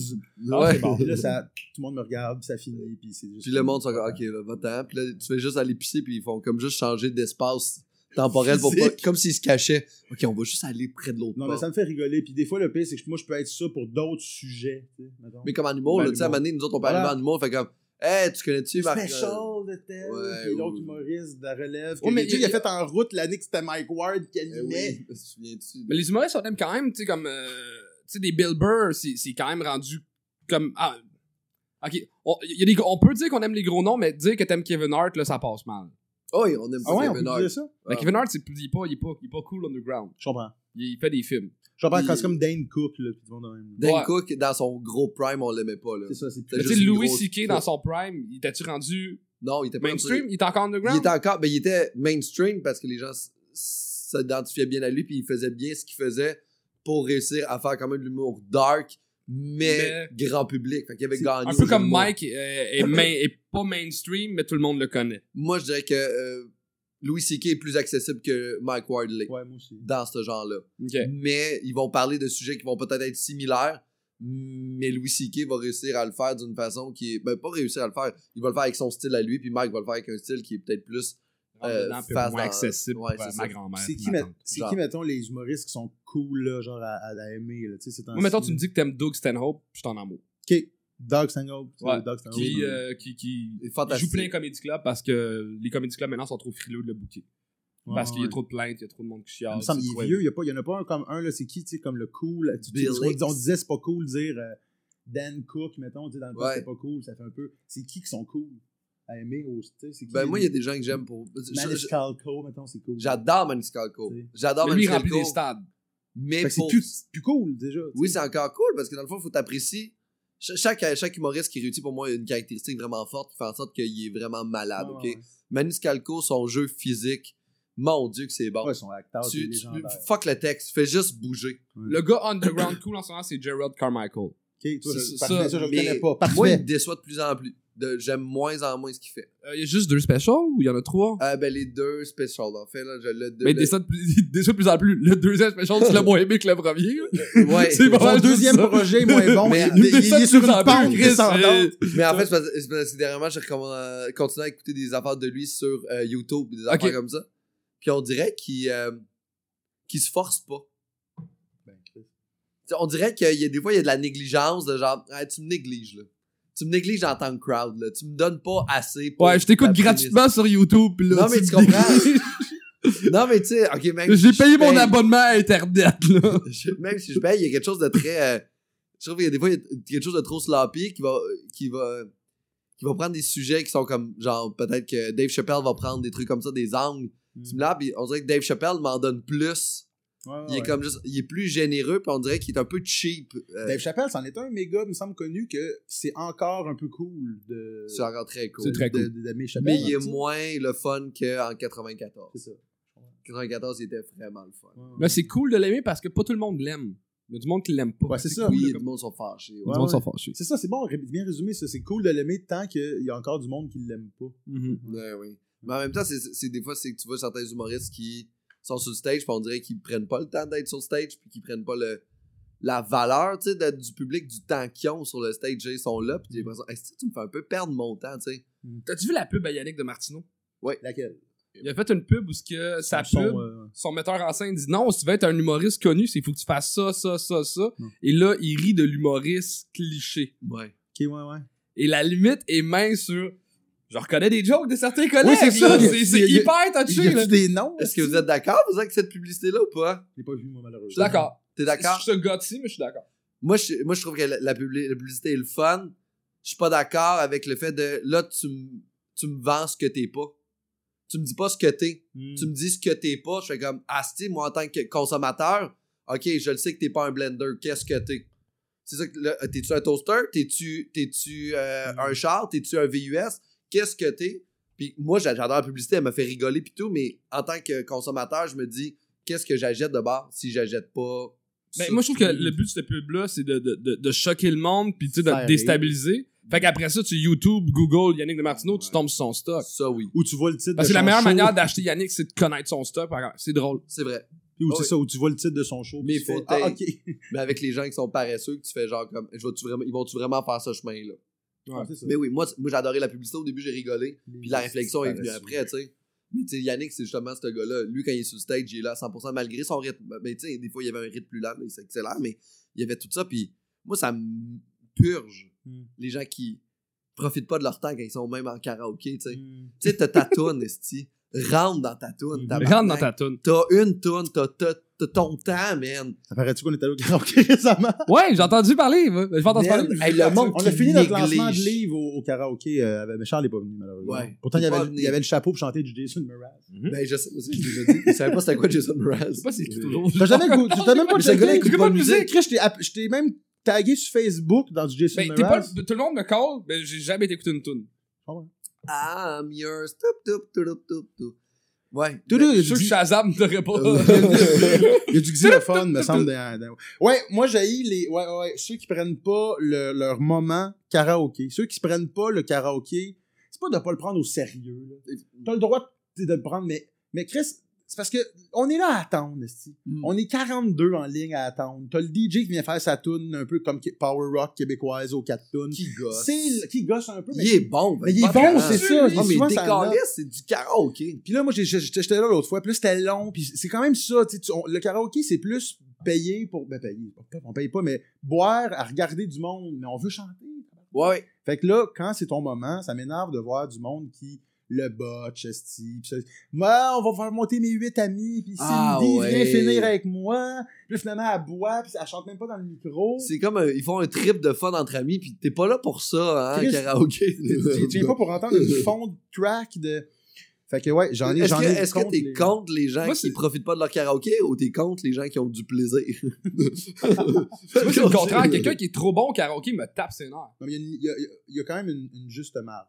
Speaker 3: Ah,
Speaker 1: Ouais.
Speaker 3: c'est bon.
Speaker 2: Puis là, ça, tout le monde me regarde, puis ça finit, puis c'est juste.
Speaker 1: Puis le monde sont comme, OK, là, va-t'en. Puis là, tu fais juste aller pisser, puis ils font comme juste changer d'espace temporel pour pas.
Speaker 2: Physique.
Speaker 1: Comme s'ils se cachaient. OK, on va juste aller près de l'autre
Speaker 2: Non, mais
Speaker 1: porte.
Speaker 2: ça me fait rigoler. Puis des fois, le pire, c'est que moi, je peux être ça pour d'autres sujets. tu sais, mettons.
Speaker 1: Mais comme en humour,
Speaker 3: Ben,
Speaker 1: là, tu sais, à un
Speaker 3: l'humour.
Speaker 1: moment donné, nous autres, on peut
Speaker 2: Voilà.
Speaker 1: arriver en humour, fait comme, hey, tu connais-tu Marc? euh,
Speaker 2: Special de tel,
Speaker 1: Ouais,
Speaker 2: puis l'autre
Speaker 1: oui.
Speaker 2: humoriste de la relève. que-
Speaker 3: Ouais, mais
Speaker 2: tu sais,
Speaker 3: il-
Speaker 2: il a fait en route l'année que c'était Mike Ward qui
Speaker 1: Eh
Speaker 2: animait.
Speaker 1: oui, je me souviens-tu?
Speaker 3: Mais les humoristes, on aime quand même, tu sais, comme. euh, tu sais, des Bill Burr, c'est c'est quand même rendu comme. ah, ok, on, y a des, on peut dire qu'on aime les gros noms, mais dire que t'aimes Kevin Hart, là, ça passe mal.
Speaker 1: Oh, oui, on aime
Speaker 2: Ah ouais, on
Speaker 1: Kevin
Speaker 2: peut
Speaker 1: Hart.
Speaker 2: dire ça?
Speaker 1: Ah.
Speaker 3: Ben, Kevin Hart, c'est plus- il est, pas, il, est pas, il est pas cool underground.
Speaker 2: Je comprends.
Speaker 3: Il, il fait des films.
Speaker 2: Je comprends
Speaker 1: Il-
Speaker 2: quand c'est comme Dane Cook, là, puis tout le monde de même.
Speaker 1: Dan
Speaker 3: Ouais.
Speaker 1: Cook, dans son gros prime, on l'aimait pas, là.
Speaker 2: C'est ça, c'est
Speaker 1: T'as
Speaker 3: Mais
Speaker 2: plus.
Speaker 3: Tu
Speaker 1: juste
Speaker 3: sais,
Speaker 1: une
Speaker 3: Louis
Speaker 1: grosse-
Speaker 3: C.K. dans son prime, il t'a-tu rendu
Speaker 1: Non, il était pas
Speaker 3: mainstream? Il est encore
Speaker 1: Il
Speaker 3: underground?
Speaker 1: était encore, mais il était mainstream parce que les gens s- s'identifiaient bien à lui, puis il faisait bien ce qu'il faisait pour réussir à faire quand même de l'humour dark, mais, grand public. Fait qu'il avait
Speaker 2: C'est
Speaker 1: gagné.
Speaker 3: Un
Speaker 1: aux
Speaker 3: peu comme
Speaker 1: Gémeaux.
Speaker 3: Mike euh, est, main- est pas mainstream, mais tout le monde le connaît.
Speaker 1: Moi, je dirais que euh, Louis C.K. est plus accessible que Mike Wardley
Speaker 2: Ouais, moi aussi.
Speaker 1: dans ce genre-là.
Speaker 3: Ok.
Speaker 1: Mais ils vont parler de sujets qui vont peut-être être similaires, mais Louis C.K. va réussir à le faire d'une façon qui est. Ben, pas réussir à le faire. Il va le faire avec son style à lui, puis Mike va le faire avec un style qui est peut-être plus. Euh,
Speaker 3: Dedans, puis
Speaker 1: face
Speaker 3: moins
Speaker 1: dans-
Speaker 3: accessible
Speaker 1: ouais,
Speaker 3: pour,
Speaker 1: c'est
Speaker 3: euh,
Speaker 1: ça.
Speaker 3: ma grand-mère.
Speaker 2: C'est
Speaker 3: puis
Speaker 2: qui,
Speaker 3: ma
Speaker 2: met-
Speaker 3: tante.
Speaker 2: c'est
Speaker 1: Genre.
Speaker 2: qui, mettons, les humoristes qui sont cool, là, genre à, à- à aimer, là, tu sais, c'est
Speaker 3: Moi, mettons, tu me dis que t'aimes Doug Stanhope, je suis en amour.
Speaker 2: Ok, Doug Stanhope.
Speaker 3: Ouais,
Speaker 2: Doug Stanhope.
Speaker 3: Qui,
Speaker 2: Ouais.
Speaker 3: euh, qui, qui,
Speaker 1: Il est
Speaker 3: Il
Speaker 1: fantastique.
Speaker 3: joue plein de comedy club parce que les comedy club maintenant sont trop frileux de le bouquer. parce qu'il y a
Speaker 2: Ouais.
Speaker 3: trop de plaintes, il y a trop de monde qui
Speaker 2: Il
Speaker 3: chiale.
Speaker 1: Ah,
Speaker 2: me semble
Speaker 3: c'est
Speaker 2: qu'il
Speaker 3: trop-
Speaker 2: est vieux, il y a pas- il y en a pas un comme un, là, c'est qui, tu sais, comme le cool. tu- tu-
Speaker 1: Bill
Speaker 2: on-
Speaker 1: Hicks.
Speaker 2: On disait, c'est pas cool de dire euh, Dan Cook, mettons, tu sais, dans le temps,
Speaker 1: Ouais.
Speaker 2: c'était pas cool, ça fait un peu. C'est qui qui sont cool à aimer au, tu sais, c'est qui
Speaker 1: Ben,
Speaker 2: les-
Speaker 1: moi, il y a des gens que j'aime pour. je-
Speaker 2: Manish
Speaker 1: je-
Speaker 2: Kalko, mettons, c'est cool.
Speaker 1: J'adore Maniscalco.
Speaker 2: C'est-
Speaker 1: J'adore
Speaker 3: Mais lui, il remplit
Speaker 1: Maniscalco.
Speaker 3: des stades.
Speaker 1: Mais
Speaker 2: Fait que c'est
Speaker 1: pour-
Speaker 2: plus, plus cool, déjà. tu
Speaker 1: Oui,
Speaker 2: sais.
Speaker 1: c'est encore cool parce que dans le fond, il faut t'apprécier. Ch- Chaque, chaque humoriste qui réussit pour moi a une caractéristique vraiment forte qui fait en sorte qu'il est vraiment malade.
Speaker 2: Ouais,
Speaker 1: ok?
Speaker 2: Ah, ouais.
Speaker 1: Maniscalco, son jeu physique, mon Dieu que c'est bon.
Speaker 2: Ouais, ils sont acteurs, c'est
Speaker 1: tu, tu-
Speaker 2: légendaire.
Speaker 1: fuck le texte, fais juste bouger.
Speaker 3: Le gars underground cool en ce moment, c'est Gerald Carmichael.
Speaker 2: Ok, toi,
Speaker 3: C'est-
Speaker 2: je-
Speaker 3: c'est
Speaker 2: parfait,
Speaker 3: ça,
Speaker 2: ça, je le
Speaker 1: mais-
Speaker 2: connais pas.
Speaker 1: Moi, il me
Speaker 2: Parfait.
Speaker 1: déçoit de plus en plus. De- J'aime moins en moins ce qu'il fait.
Speaker 3: Euh, Il y a juste deux specials ou il y en a trois?
Speaker 1: Ah ben les deux specials, en fait, là, je le
Speaker 3: Mais il
Speaker 1: le-
Speaker 3: déçoit de plus, il déçoit de plus en plus. Le deuxième special, tu l'as moins aimé que le premier. là.
Speaker 1: Ouais.
Speaker 3: C'est bon.
Speaker 2: Son
Speaker 3: Ouais,
Speaker 2: deuxième
Speaker 3: c'est ça.
Speaker 2: projet est moins bon.
Speaker 1: Mais-
Speaker 2: il,
Speaker 1: Il
Speaker 2: il- il
Speaker 3: déçoit
Speaker 2: est
Speaker 3: de
Speaker 2: sur
Speaker 3: plus en
Speaker 2: une pente
Speaker 3: plus, Chris,
Speaker 1: euh,
Speaker 2: descendante.
Speaker 1: Mais en fait, c'est parce- c'est parce que dernièrement, j'ai recommen- euh, continué à écouter des affaires de lui sur euh, YouTube, des affaires
Speaker 3: Ok.
Speaker 1: comme ça. Puis on dirait qu'il euh, qu'il se force pas. T'sais, on dirait qu'il y a des fois, il y a de la négligence, de genre, Ah, tu me négliges, là. Tu me négliges en tant que crowd, là. Tu me donnes pas assez. pour
Speaker 3: Ouais, je t'écoute
Speaker 1: la prémisse.
Speaker 3: gratuitement sur YouTube. puis Là,
Speaker 1: Non, mais
Speaker 3: me
Speaker 1: tu comprends.
Speaker 3: dégueules.
Speaker 1: Non, mais tu sais, ok, ben, même.
Speaker 3: J'ai
Speaker 1: si
Speaker 3: payé
Speaker 1: je
Speaker 3: mon
Speaker 1: paye-
Speaker 3: abonnement à Internet. Là.
Speaker 1: je- Même si je paye, il y a quelque chose de très. euh, je trouve qu'il y a des fois, il y a quelque chose de trop sloppy qui va. Qui va qui va prendre des sujets qui sont comme genre peut-être que Dave Chappelle va prendre des trucs comme ça des angles
Speaker 2: Hmm.
Speaker 1: similaires puis on dirait que Dave Chappelle m'en donne plus il est comme juste il est plus généreux puis on dirait qu'il est un peu cheap euh,
Speaker 2: Dave Chappelle, c'en est un méga, il me semble connu que c'est encore un peu cool de.
Speaker 1: c'est encore très cool
Speaker 3: C'est très
Speaker 2: de-
Speaker 3: cool.
Speaker 2: de- d'aimer Chappelle. hein,
Speaker 1: mais il est
Speaker 2: tu sais.
Speaker 1: moins le fun qu'en 94
Speaker 2: C'est ça.
Speaker 1: 94 il était vraiment le fun
Speaker 2: Ouais,
Speaker 3: Mais c'est cool de l'aimer parce que pas tout le monde l'aime. Il y a du monde qui l'aime pas.
Speaker 2: Ouais, c'est ça.
Speaker 1: oui il y a
Speaker 2: comme-
Speaker 1: du monde qui sont fâchés
Speaker 3: Du
Speaker 1: ouais.
Speaker 2: Ouais,
Speaker 3: monde
Speaker 2: ouais.
Speaker 3: s'en fâche.
Speaker 2: C'est ça, c'est bon, ré- bien résumé, ça. C'est cool de l'aimer tant qu'il y a encore du monde qui l'aime pas.
Speaker 3: Mhm.
Speaker 1: Ouais, Ben oui. mais en même temps c'est c'est des fois c'est que tu vois certains humoristes qui sont sur le stage puis on dirait qu'ils prennent pas le temps d'être sur le stage puis qu'ils prennent pas le la valeur tu sais de- du public du temps qu'ils ont sur le stage ils sont là puis j'ai l'impression Hey, tu me fais un peu perdre mon temps tu sais
Speaker 2: Mhm.
Speaker 3: T'as-tu vu la pub à Yannick de Martineau?
Speaker 2: Laquelle
Speaker 3: Il a fait une pub où ce que sa
Speaker 2: Son,
Speaker 3: pub,
Speaker 2: euh,
Speaker 3: son metteur en scène dit non, si tu veux être un humoriste connu, c'est faut que tu fasses ça, ça, ça, ça.
Speaker 2: Non.
Speaker 3: Et là, il rit de l'humoriste cliché.
Speaker 1: ouais
Speaker 2: Ok, ouais, ouais.
Speaker 3: Et la limite est mince sur. Je reconnais des jokes de certains collègues.
Speaker 2: c'est ça.
Speaker 3: là.
Speaker 2: Il y a-
Speaker 3: C'est c'est
Speaker 2: il y a-
Speaker 3: hyper
Speaker 2: Il y
Speaker 3: touché.
Speaker 2: a
Speaker 3: là.
Speaker 2: des noms
Speaker 1: est-ce que vous êtes d'accord vous avec cette publicité là ou pas
Speaker 2: Je l'ai pas vu, moi, malheureusement.
Speaker 3: Je suis d'accord.
Speaker 1: t'es d'accord
Speaker 3: Je suis gâté, mais je suis d'accord.
Speaker 1: moi je, moi, je trouve que la, la publi- la publicité est le fun. Je suis pas d'accord avec le fait de là, tu me tu me vends ce que t'es pas. Tu me dis pas ce que t'es.
Speaker 2: Hmm.
Speaker 1: Tu me dis ce que t'es pas. Je fais comme Asti, moi en tant que consommateur, ok, je le sais que t'es pas un blender. Qu'est-ce que t'es? C'est ça que là, t'es-tu un toaster? T'es-tu t'es-tu euh,
Speaker 2: Mm.
Speaker 1: un char? T'es-tu un VUS? Qu'est-ce que t'es? Puis moi, j'a- j'adore la publicité, elle me fait rigoler puis tout, mais en tant que consommateur, je me dis, qu'est-ce que j'achète de bord si j'achète pas.
Speaker 3: Ben,
Speaker 1: ça?
Speaker 3: moi, je trouve que le but de cette pub-là, c'est de, de, de, de choquer le monde, puis tu sais, de
Speaker 2: Faire
Speaker 3: te déstabiliser. Fait qu'après ça, tu YouTube, Google, Yannick de Martino, tu
Speaker 2: Ouais.
Speaker 3: tombes sur son stock.
Speaker 1: Ça, oui.
Speaker 2: Où tu vois le titre
Speaker 1: Ben,
Speaker 3: Parce
Speaker 2: de
Speaker 3: que la
Speaker 2: son
Speaker 3: meilleure
Speaker 2: show,
Speaker 3: manière d'acheter Yannick, c'est de connaître son stock. par- C'est drôle.
Speaker 1: C'est vrai.
Speaker 2: puis Où,
Speaker 1: Ah
Speaker 2: c'est
Speaker 1: oui.
Speaker 2: ça, où tu vois le titre de son show.
Speaker 1: Mais
Speaker 2: puis tu
Speaker 1: faut
Speaker 2: fais, Ah,
Speaker 1: être-
Speaker 2: ok.
Speaker 1: Mais avec les gens qui sont paresseux, que tu fais genre comme. Je vais-tu vraiment- ils vont-tu vraiment faire ce chemin-là?
Speaker 3: Ouais.
Speaker 2: C'est ça.
Speaker 1: Mais oui, moi, c- moi j'adorais la publicité. Au début, j'ai rigolé. Puis la réflexion est venue
Speaker 2: Paresseux.
Speaker 1: après, tu sais. Mais tu sais, Yannick, c'est justement ce gars-là. Lui, quand il est sur le stage, il est là à 100% malgré son rythme. Mais tu sais, des fois, il y avait un rythme plus lent, mais c'est excellent. Mais il y avait tout ça. Puis moi, ça me purge
Speaker 3: Hmm.
Speaker 2: Mm.
Speaker 1: les gens qui profitent pas de leur temps quand ils sont même en karaoké, tu sais.
Speaker 3: Hmm.
Speaker 2: Mm.
Speaker 1: Tu sais, t'as ta toune, esti. Rentre dans ta toune.
Speaker 2: Mhm.
Speaker 1: tabarnak.
Speaker 3: Hmm. Rentre dans ta toune.
Speaker 1: T'as une toune, t'as t'as- t'as ton temps, man.
Speaker 2: Ça paraît-tu qu'on est allé au karaoké récemment?
Speaker 3: Ouais, j'ai entendu parler. va. J'ai pas entendu
Speaker 1: Man,
Speaker 3: parler.
Speaker 1: hey, le monde
Speaker 2: On a
Speaker 1: qui
Speaker 2: fini notre lancement de
Speaker 1: néglige.
Speaker 2: livre au, au karaoké. euh, avec- mais Charles n'est pas venu, malheureusement.
Speaker 1: Ouais.
Speaker 2: Pourtant, il y,
Speaker 1: Il est pas
Speaker 2: avait,
Speaker 1: venu.
Speaker 2: il y avait le chapeau pour chanter du Jason Mraz.
Speaker 1: Ben, je sais, moi aussi, je l'ai déjà dit. Je savais pas c'était quoi Jason Mraz.
Speaker 3: Je sais pas si c'est toujours.
Speaker 2: T'as jamais goûté- t'as même pas
Speaker 1: Mais ce gars-là écoute
Speaker 2: checké?
Speaker 1: pas de
Speaker 2: Chris,
Speaker 1: musique.
Speaker 2: je t'ai app- je t'ai même tagué sur Facebook dans du Jason
Speaker 3: Ben, t'es pas,
Speaker 2: Mraz.
Speaker 3: tout le monde me call, mais j'ai jamais été écouter une tune.
Speaker 1: Ah, yours. Toup, toup, toup, toup, toup. Ouais.
Speaker 2: Tout
Speaker 1: Ben,
Speaker 2: le- il
Speaker 3: Je suis sûr que
Speaker 2: dit-
Speaker 3: Shazam n'aurait
Speaker 2: Euh,
Speaker 3: pas.
Speaker 2: il y a du xylophone, me semble. dans- dans- Ouais, moi, j'ai les. Ouais, ouais, ouais, ceux qui prennent pas le- leur moment karaoké. Ceux qui se prennent pas le karaoké, c'est pas de pas le prendre au sérieux. là. T'as le droit de de le prendre, mais, mais Chris, c'est parce que on est là à attendre, esti.
Speaker 1: Mm.
Speaker 2: On est 42 en ligne à attendre. T'as le DJ qui vient faire sa tune un peu comme qui- Power Rock québécoise aux 4 tunes.
Speaker 1: Qui gosse.
Speaker 2: C'est le- qui gosse un peu, mais.
Speaker 1: Il est bon. ben,
Speaker 2: Mais il est
Speaker 1: pas
Speaker 2: bon,
Speaker 1: vraiment.
Speaker 2: c'est ça, il est
Speaker 1: Ah, mais
Speaker 2: souvent ça
Speaker 1: décalé,
Speaker 2: note.
Speaker 1: c'est du karaoké.
Speaker 2: Puis là, moi, j'ai- j'ai- j'étais j'étais là l'autre fois. Puis là, c'était long. Puis c'est quand même ça. tu sais, tu- on- le karaoké, c'est plus payer pour. Ben, payer. On paye pas, mais boire à regarder du monde. Mais on veut chanter.
Speaker 1: Ouais.
Speaker 2: Fait que là, quand c'est ton moment, ça m'énerve de voir du monde qui le botche, esti. Puis ça- Moi, on va faire monter mes huit amis. Puis
Speaker 1: Ah,
Speaker 2: Cindy
Speaker 1: ouais.
Speaker 2: vient finir avec moi. Puis là, finalement, elle boit. Puis elle chante même pas dans le micro.
Speaker 1: C'est comme un- ils font un trip de fun entre amis, puis t'es pas là pour ça, hein,
Speaker 2: Chris,
Speaker 1: karaoké.
Speaker 2: Tu tu viens pas pour entendre une fond de track de. Fait que ouais, j'en ai.
Speaker 1: Est-ce
Speaker 2: j'en
Speaker 1: que-
Speaker 2: ai
Speaker 1: est-ce que
Speaker 2: contre
Speaker 1: t'es
Speaker 2: les-
Speaker 1: contre les gens
Speaker 3: Moi,
Speaker 1: qui
Speaker 3: c'est-
Speaker 1: profitent pas de leur karaoké ou t'es contre les gens qui ont du plaisir?
Speaker 3: Tu vois, c'est le contraire. Quelqu'un qui est trop bon au karaoké me tape ses nerfs.
Speaker 2: Non, mais Il y, a une- il y a- il y a- il y a quand même une, une juste marge.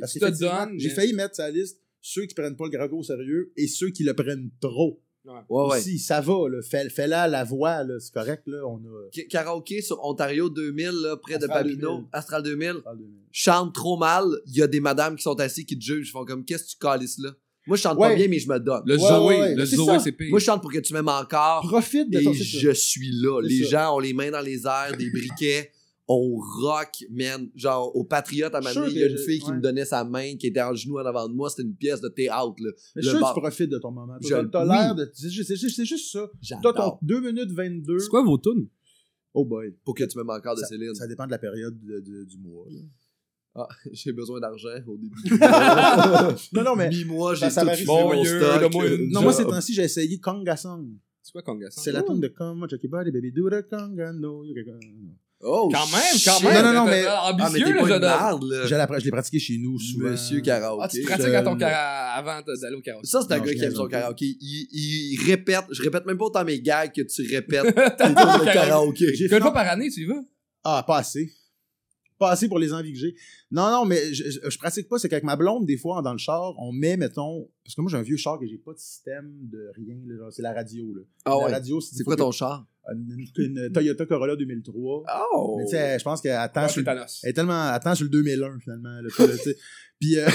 Speaker 2: Parce
Speaker 3: Tu te
Speaker 2: qu'effectivement,
Speaker 3: donnes.
Speaker 2: J'ai
Speaker 3: mais-
Speaker 2: failli mettre sa liste ceux qui prennent pas le Grago au sérieux et ceux qui le prennent trop.
Speaker 1: Ah Ouais, ouais.
Speaker 2: Si, ça va, là. Fais, là la voix, là, c'est correct, là. On a.
Speaker 1: K- Karaoké sur Ontario 2000, là, près
Speaker 2: Astral
Speaker 1: de Papineau,
Speaker 2: 2000.
Speaker 1: Astral 2000,
Speaker 2: parle de-
Speaker 1: chante trop mal, il y a des madames qui sont assises qui te jugent, ils font comme qu'est-ce que tu calisses là? Moi je chante pas
Speaker 2: Ouais.
Speaker 1: bien mais je me donne.
Speaker 3: Le
Speaker 2: Ouais, ouais, ouais,
Speaker 3: Zoé,
Speaker 2: mais
Speaker 3: le
Speaker 2: c'est
Speaker 3: Zoé,
Speaker 2: ça.
Speaker 3: c'est pire.
Speaker 1: Moi je chante pour que tu m'aimes encore
Speaker 2: Profite de
Speaker 1: Ah. et
Speaker 2: ton. c'est ça.
Speaker 1: je suis là.
Speaker 2: C'est
Speaker 1: Les
Speaker 2: ça.
Speaker 1: gens ont les mains dans les airs, des briquets, on rock, man. Genre au Patriote à ma
Speaker 2: Sure
Speaker 1: il y a
Speaker 2: que
Speaker 1: une
Speaker 2: je-
Speaker 1: fille qui
Speaker 2: ouais.
Speaker 1: me donnait sa main, qui était en genoux en avant de moi, c'était une pièce de théâtre là. le
Speaker 2: Mais je suis sûr que
Speaker 1: bar.
Speaker 2: tu profites de ton moment.
Speaker 1: Je-
Speaker 2: T'as t'as l'air de. C'est juste, c'est juste- c'est juste ça. T'as ton
Speaker 1: J'adore.
Speaker 2: 2 minutes 22.
Speaker 3: C'est quoi vos tunes?
Speaker 2: Oh boy.
Speaker 1: Pour que tu m'aimes encore de Céline.
Speaker 2: Ça dépend de la période de- de- du mois, là.
Speaker 1: J'ai besoin d'argent au début.
Speaker 2: Non, non, mais.
Speaker 1: Mi-mois, j'ai
Speaker 2: Ça, ça
Speaker 1: tout
Speaker 2: varie.
Speaker 1: fumé
Speaker 2: Bon,
Speaker 1: mon
Speaker 3: Dieu,
Speaker 1: stock.
Speaker 3: donne-moi une
Speaker 2: Non, moi,
Speaker 3: job.
Speaker 2: ces temps-ci, j'ai essayé Conga Song.
Speaker 3: C'est quoi Congasson?
Speaker 2: C'est la tune de Come on, Chucky Body, Baby, do the Conga, no, you can-
Speaker 1: Oh,
Speaker 3: Quand même, quand
Speaker 1: shit.
Speaker 3: même.
Speaker 2: Non, non, non,
Speaker 3: t'es-
Speaker 2: mais-
Speaker 3: t'es
Speaker 1: Ah, mais
Speaker 3: Ambitieux,
Speaker 1: t'es
Speaker 3: le
Speaker 1: pas
Speaker 3: jeune
Speaker 1: une
Speaker 3: homme.
Speaker 1: marde, là.
Speaker 2: Je la- je l'ai pratiqué chez nous souvent.
Speaker 1: Monsieur
Speaker 3: Ah, tu
Speaker 1: karaoké.
Speaker 3: pratiques à ton
Speaker 2: Jeune.
Speaker 3: kara avant de- d'aller au karaoké.
Speaker 1: Ça, c'est un
Speaker 2: Non,
Speaker 1: gars
Speaker 2: je
Speaker 1: qui aime son
Speaker 2: raisonne pas.
Speaker 1: karaoké. Il, il répète, je répète même pas autant mes gags que tu répètes tes tours de karaoké.
Speaker 3: Qu'une fois par année, tu y vas?
Speaker 2: Ah, pas assez. Pas assez pour les envies que j'ai. Non, non, mais je, je- je pratique pas. C'est qu'avec ma blonde, des fois, dans le char, on met, mettons. Parce que moi, j'ai un vieux char que j'ai pas de système de rien. là, genre, C'est la radio. Là.
Speaker 1: Ah
Speaker 2: la
Speaker 1: ouais.
Speaker 2: radio, c'est
Speaker 1: C'est quoi ton char?
Speaker 2: Une, une Toyota Corolla 2003.
Speaker 1: Oh!
Speaker 2: Mais tu sais, je pense qu'elle attend,
Speaker 3: Ah,
Speaker 2: sur,
Speaker 3: c'est
Speaker 2: le-
Speaker 3: Thanos.
Speaker 2: elle est tellement, elle attend sur le 2001, finalement. là, tu sais. puis, euh,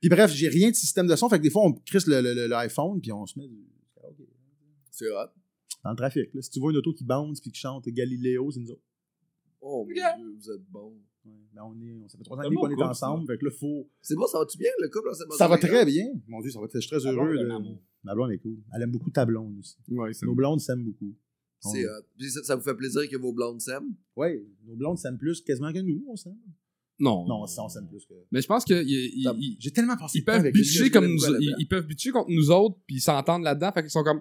Speaker 2: puis bref, j'ai rien de système de son. Fait que des fois, on crisse le- le- le- l'iPhone, puis on se met du-
Speaker 1: C'est hot.
Speaker 2: dans le trafic. là. Si tu vois une auto qui bounce puis qui chante Galiléo, c'est nous autres.
Speaker 1: Oh, mon
Speaker 3: Yeah.
Speaker 1: Dieu, vous êtes bon.
Speaker 2: Ouais, ben on est, on- ça fait trois ans
Speaker 3: C'est
Speaker 2: et
Speaker 3: un
Speaker 2: demi
Speaker 3: beau
Speaker 2: qu'on est
Speaker 3: couple,
Speaker 2: ensemble, fait que là, faut.
Speaker 1: C'est bon, ça va-tu bien, le couple? en cette
Speaker 2: Ça va
Speaker 1: maison?
Speaker 2: très bien. Mon Dieu, ça va être- je suis très
Speaker 3: La blonde
Speaker 2: heureux.
Speaker 3: est un
Speaker 2: là.
Speaker 3: amour.
Speaker 2: Ma blonde est cool. Elle aime beaucoup ta blonde aussi.
Speaker 3: Ouais, c'est
Speaker 2: Nos blondes s'aiment beaucoup.
Speaker 1: C'est hot. Puis ça, ça vous fait plaisir que vos blondes s'aiment?
Speaker 2: Oui, nos blondes s'aiment plus quasiment que nous, on s'aime.
Speaker 3: Non.
Speaker 2: Non, on s'aime plus que.
Speaker 3: Mais je pense que y- y-
Speaker 1: T'as-
Speaker 3: y-
Speaker 2: J'ai tellement pensé.
Speaker 3: Oh. ils
Speaker 2: de temps
Speaker 3: peuvent
Speaker 2: avec lui,
Speaker 3: bitcher
Speaker 2: je
Speaker 3: comme
Speaker 2: voulais
Speaker 3: nous,
Speaker 2: pas la
Speaker 3: ils,
Speaker 2: faire.
Speaker 3: ils peuvent bitcher contre nous autres puis ils s'entendent là-dedans fait qu'ils sont comme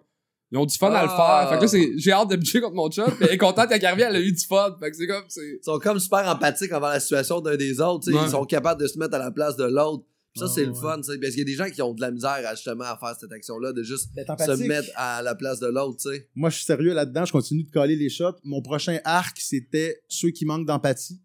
Speaker 3: ils ont du fun à le
Speaker 1: Ah.
Speaker 3: faire fait que là c'est j'ai hâte de bitcher contre mon chum mais elle est contente qu'elle revient elle a eu du fun fait que c'est comme c'est
Speaker 1: Ils sont comme super empathiques envers la situation d'un des autres. tu sais.
Speaker 3: Ouais.
Speaker 1: Ils sont capables de se mettre à la place de l'autre. Puis ça,
Speaker 2: Ah,
Speaker 1: c'est le
Speaker 2: ouais.
Speaker 1: fun. tu sais. Parce qu'il y a des gens qui ont de la misère à, justement à faire cette action-là, de juste
Speaker 2: D'être
Speaker 1: se
Speaker 2: empathique.
Speaker 1: mettre à la place de l'autre. tu sais.
Speaker 2: Moi, je suis sérieux là-dedans, je continue de coller les shots. Mon prochain arc, c'était ceux qui manquent d'empathie.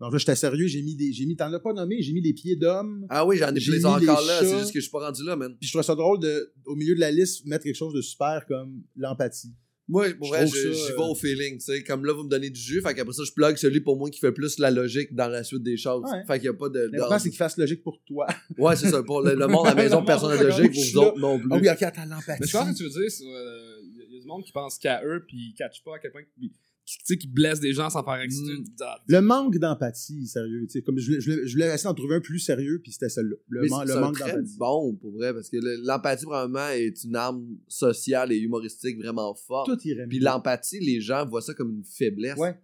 Speaker 2: Donc là, j'étais sérieux, j'ai mis des. J'ai mis, t'en as pas nommé, j'ai mis des pieds d'homme.
Speaker 1: Ah oui, j'en ai
Speaker 2: J'ai
Speaker 1: plus
Speaker 2: mis
Speaker 1: encore
Speaker 2: les
Speaker 1: là. C'est
Speaker 2: chats.
Speaker 1: juste que je suis pas rendu là, man.
Speaker 2: Puis je trouvais ça drôle de, au milieu de la liste, mettre quelque chose de super comme l'empathie.
Speaker 1: Moi, pour
Speaker 2: Je
Speaker 1: vrai,
Speaker 2: trouve
Speaker 1: je-
Speaker 2: ça,
Speaker 1: j'y
Speaker 2: euh,
Speaker 1: vais au feeling, tu sais. Comme là, vous me donnez du jus, fait qu'après ça, je plug celui pour moi qui fait plus la logique dans la suite des choses.
Speaker 2: Ouais.
Speaker 1: Fait qu'il y a pas de.
Speaker 2: L'important,
Speaker 1: d'ordre.
Speaker 2: c'est qu'il fasse logique pour toi.
Speaker 1: Ouais, c'est ça. Pour le, le monde à la maison,
Speaker 2: Le
Speaker 1: personne
Speaker 2: monde,
Speaker 1: n'a de logique,
Speaker 2: je
Speaker 1: pour
Speaker 2: suis
Speaker 1: vous
Speaker 2: là.
Speaker 1: autres non plus.
Speaker 2: Ah oui, ok, attends, l'empathie.
Speaker 3: Mais je pense que tu veux dire, c'est, euh, il y a- il y a du monde qui pense qu'à eux, puis ils catchent pas à quel point qu'ils qui, tu sais, qui blessent des gens sans faire exprès.
Speaker 1: Mm.
Speaker 3: Ah,
Speaker 2: Le manque d'empathie, sérieux. tu sais, Comme je, voulais- je, voulais- je voulais essayer d'en trouver un plus sérieux, puis c'était celui-là. Le,
Speaker 1: Mais
Speaker 2: man-
Speaker 1: c'est-
Speaker 2: le
Speaker 1: c'est un
Speaker 2: manque
Speaker 1: très
Speaker 2: d'empathie.
Speaker 1: bon, pour vrai, parce que le- l'empathie, probablement, est une arme sociale et humoristique vraiment forte.
Speaker 2: Tout irait
Speaker 1: Puis
Speaker 2: mieux.
Speaker 1: l'empathie, les gens voient ça comme une faiblesse.
Speaker 2: Ouais.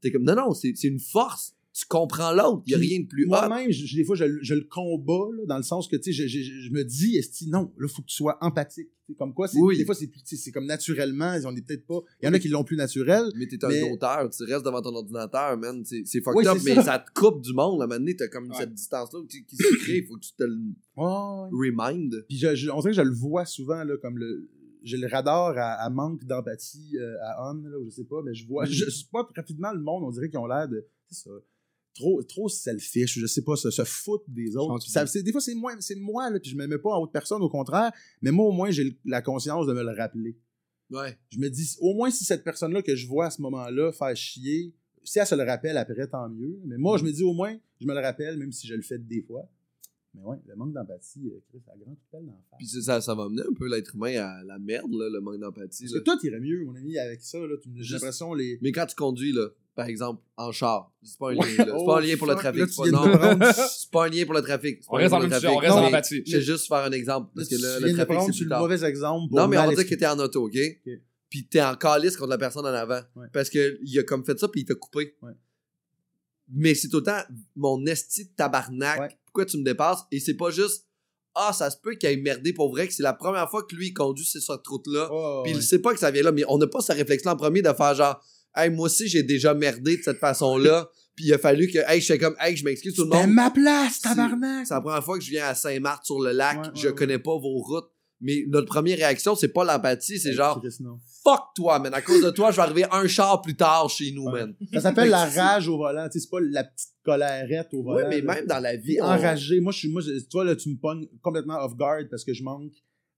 Speaker 1: T'es comme, non, non, c'est c'est une force. Tu comprends l'autre. Il n'y a
Speaker 2: Puis
Speaker 1: rien de plus hot.
Speaker 2: Moi-même, je- je- des fois, je, le- je le combats, là, dans le sens que, tu sais, je, je- je me dis, esti, non, là, faut que tu sois empathique. C'est comme quoi, c'est-
Speaker 1: Oui.
Speaker 2: des fois, c'est plus- tu sais, c'est comme naturellement, on est peut-être pas. Il y en a qui l'ont plus naturel.
Speaker 1: Mais t'es un
Speaker 2: Mais-
Speaker 1: auteur, tu restes devant ton ordinateur, man. C'est c'est fucked
Speaker 2: Oui,
Speaker 1: up,
Speaker 2: c'est
Speaker 1: mais
Speaker 2: ça.
Speaker 1: ça te coupe du monde. À un moment donné, t'as comme
Speaker 3: Ouais.
Speaker 1: cette distance-là qui, qui se crée. Il faut que tu te le
Speaker 2: Ouais.
Speaker 1: remind.
Speaker 2: Puis je, je- on dirait que je le vois souvent, là, comme le. J'ai le radar à, à manque d'empathie euh, à on, là, ou je sais pas, mais je vois. Je spot rapidement le monde, on dirait qu'ils ont l'air de. C'est ça. Trop, trop selfish, ou je sais pas, se, se foutre des
Speaker 3: Je pense
Speaker 2: autres.
Speaker 3: que
Speaker 2: Puis ça- c'est- des fois, c'est moi, c'est moi là, puis je me mets pas en autre personne, au contraire, mais moi, au moins, j'ai le- la conscience de me le rappeler.
Speaker 1: Ouais.
Speaker 2: Je me dis, au moins, si cette personne-là que je vois à ce moment-là faire chier, si elle se le rappelle après, tant mieux. Mais moi, je me dis, au moins, je me le rappelle, même si je le fais des fois. Mais ouais, le manque d'empathie, euh, Chris, la grande pelle d'en face.
Speaker 1: Puis c'est ça, ça va amener un peu l'être humain à la merde, là, le manque d'empathie.
Speaker 2: Parce
Speaker 1: là.
Speaker 2: que tout irait mieux, mon ami, avec ça. là. Tu me- J'ai
Speaker 1: Juste-
Speaker 2: l'impression les.
Speaker 1: Mais quand tu conduis, là, par exemple, en char, c'est pas un lien,
Speaker 2: Ouais.
Speaker 1: là. C'est pas un lien
Speaker 2: Oh,
Speaker 1: pour le
Speaker 2: fuck,
Speaker 1: trafic.
Speaker 2: là, tu
Speaker 1: C'est pas,
Speaker 2: viens de
Speaker 1: non,
Speaker 2: me prendre-
Speaker 1: c'est pas un lien pour le trafic. C'est
Speaker 3: On
Speaker 1: pas un lien
Speaker 3: reste
Speaker 1: pour
Speaker 3: en
Speaker 1: le
Speaker 3: même
Speaker 1: trafic.
Speaker 3: on reste
Speaker 1: Non,
Speaker 3: en
Speaker 1: mais
Speaker 3: empathie.
Speaker 1: Je vais juste faire un exemple, parce que
Speaker 2: tu
Speaker 1: là,
Speaker 2: viens
Speaker 1: le
Speaker 2: de me
Speaker 1: trafic,
Speaker 2: prendre
Speaker 1: c'est
Speaker 2: sur
Speaker 1: plus
Speaker 2: le
Speaker 1: tard.
Speaker 2: mauvais exemple. pour
Speaker 1: Non, mais on va
Speaker 2: mal
Speaker 1: dire que
Speaker 2: expliquer.
Speaker 1: t'es en auto, OK?
Speaker 2: Ok.
Speaker 1: Puis t'es en calice contre la personne en avant.
Speaker 2: Ouais.
Speaker 1: Parce qu'il a comme fait ça, puis il t'a coupé.
Speaker 2: Ouais.
Speaker 1: Mais c'est autant mon esti de tabarnak.
Speaker 2: Ouais.
Speaker 1: Pourquoi tu me dépasses? Et c'est pas juste Ah, ça se peut qu'il ait merdé pour vrai, que c'est la première fois que lui il conduit sur cette route-là.
Speaker 2: Oh,
Speaker 1: Puis
Speaker 2: ouais.
Speaker 1: il sait pas que ça vient là, mais on n'a pas ce réflexe-là en premier de faire genre, hey, moi aussi j'ai déjà merdé de cette façon-là. Puis il a fallu que, hey, je fais comme, hey, je m'excuse tout le
Speaker 2: C'était
Speaker 1: monde.
Speaker 2: ma place,
Speaker 1: C'est-
Speaker 2: tabarnak!
Speaker 1: C'est la première fois que je viens à Saint-Marthe sur le lac,
Speaker 2: Ouais, ouais,
Speaker 1: je
Speaker 2: ouais.
Speaker 1: connais pas vos routes. Mais notre première réaction, c'est pas l'empathie,
Speaker 2: Ben,
Speaker 1: c'est genre,
Speaker 2: Chris, non.
Speaker 1: fuck toi, man. À cause de toi, je vais arriver un char plus tard chez nous,
Speaker 2: Ouais.
Speaker 1: man.
Speaker 2: Ça s'appelle la rage au volant. tu sais, C'est pas la petite colérette au
Speaker 1: oui,
Speaker 2: volant.
Speaker 1: mais
Speaker 2: là.
Speaker 1: même dans la vie,
Speaker 2: Puis
Speaker 1: on-
Speaker 2: enragé. Moi, je suis, moi, je- tu vois, là, tu me pognes complètement off guard parce que je manque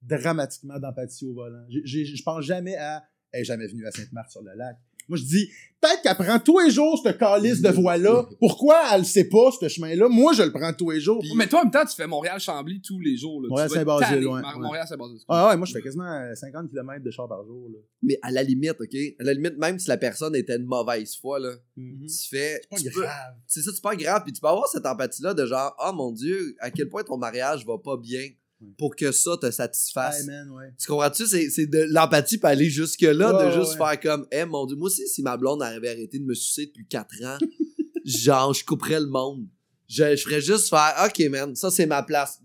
Speaker 2: dramatiquement d'empathie au volant. J'ai- j'ai- Je pense jamais à. Elle est jamais venue à Sainte-Marthe-sur-le-Lac. Moi, je dis, peut-être qu'elle prend tous les jours ce calice de voie-là. Pourquoi elle le sait pas, ce chemin-là? Moi, je le prends tous les jours.
Speaker 3: mais toi, en même temps, tu fais Montréal-Chambly tous les jours. là. Tu
Speaker 2: Montréal,
Speaker 3: vas être
Speaker 2: Saint-Basile,
Speaker 3: tanné.
Speaker 2: ouais,
Speaker 3: Mar-
Speaker 2: ouais.
Speaker 3: Montréal, Saint-Basile.
Speaker 2: Ah ouais, moi, je fais quasiment euh, 50 km de char par jour. Là.
Speaker 1: mais à la limite, OK? À la limite, même si la personne était de mauvaise foi, là, tu fais.
Speaker 2: Mm. C'est pas
Speaker 1: tu peux-
Speaker 2: grave.
Speaker 1: c'est ça, c'est pas Mm. grave. Puis tu peux avoir cette empathie-là de genre, ah mon Dieu, à quel point ton mariage va pas bien
Speaker 2: Ouais. Ben,
Speaker 1: pour que ça te satisfasse.
Speaker 2: Hey, man, ouais.
Speaker 1: Tu comprends-tu? C'est, c'est de l'empathie peut aller jusque-là,
Speaker 2: Ouais,
Speaker 1: de juste
Speaker 2: ouais.
Speaker 1: faire comme, eh mon Dieu, moi aussi, si ma blonde avait arrêté de me sucer depuis 4 ans, genre, je couperais le monde. Je, je ferais juste faire, ok man, ça c'est ma place.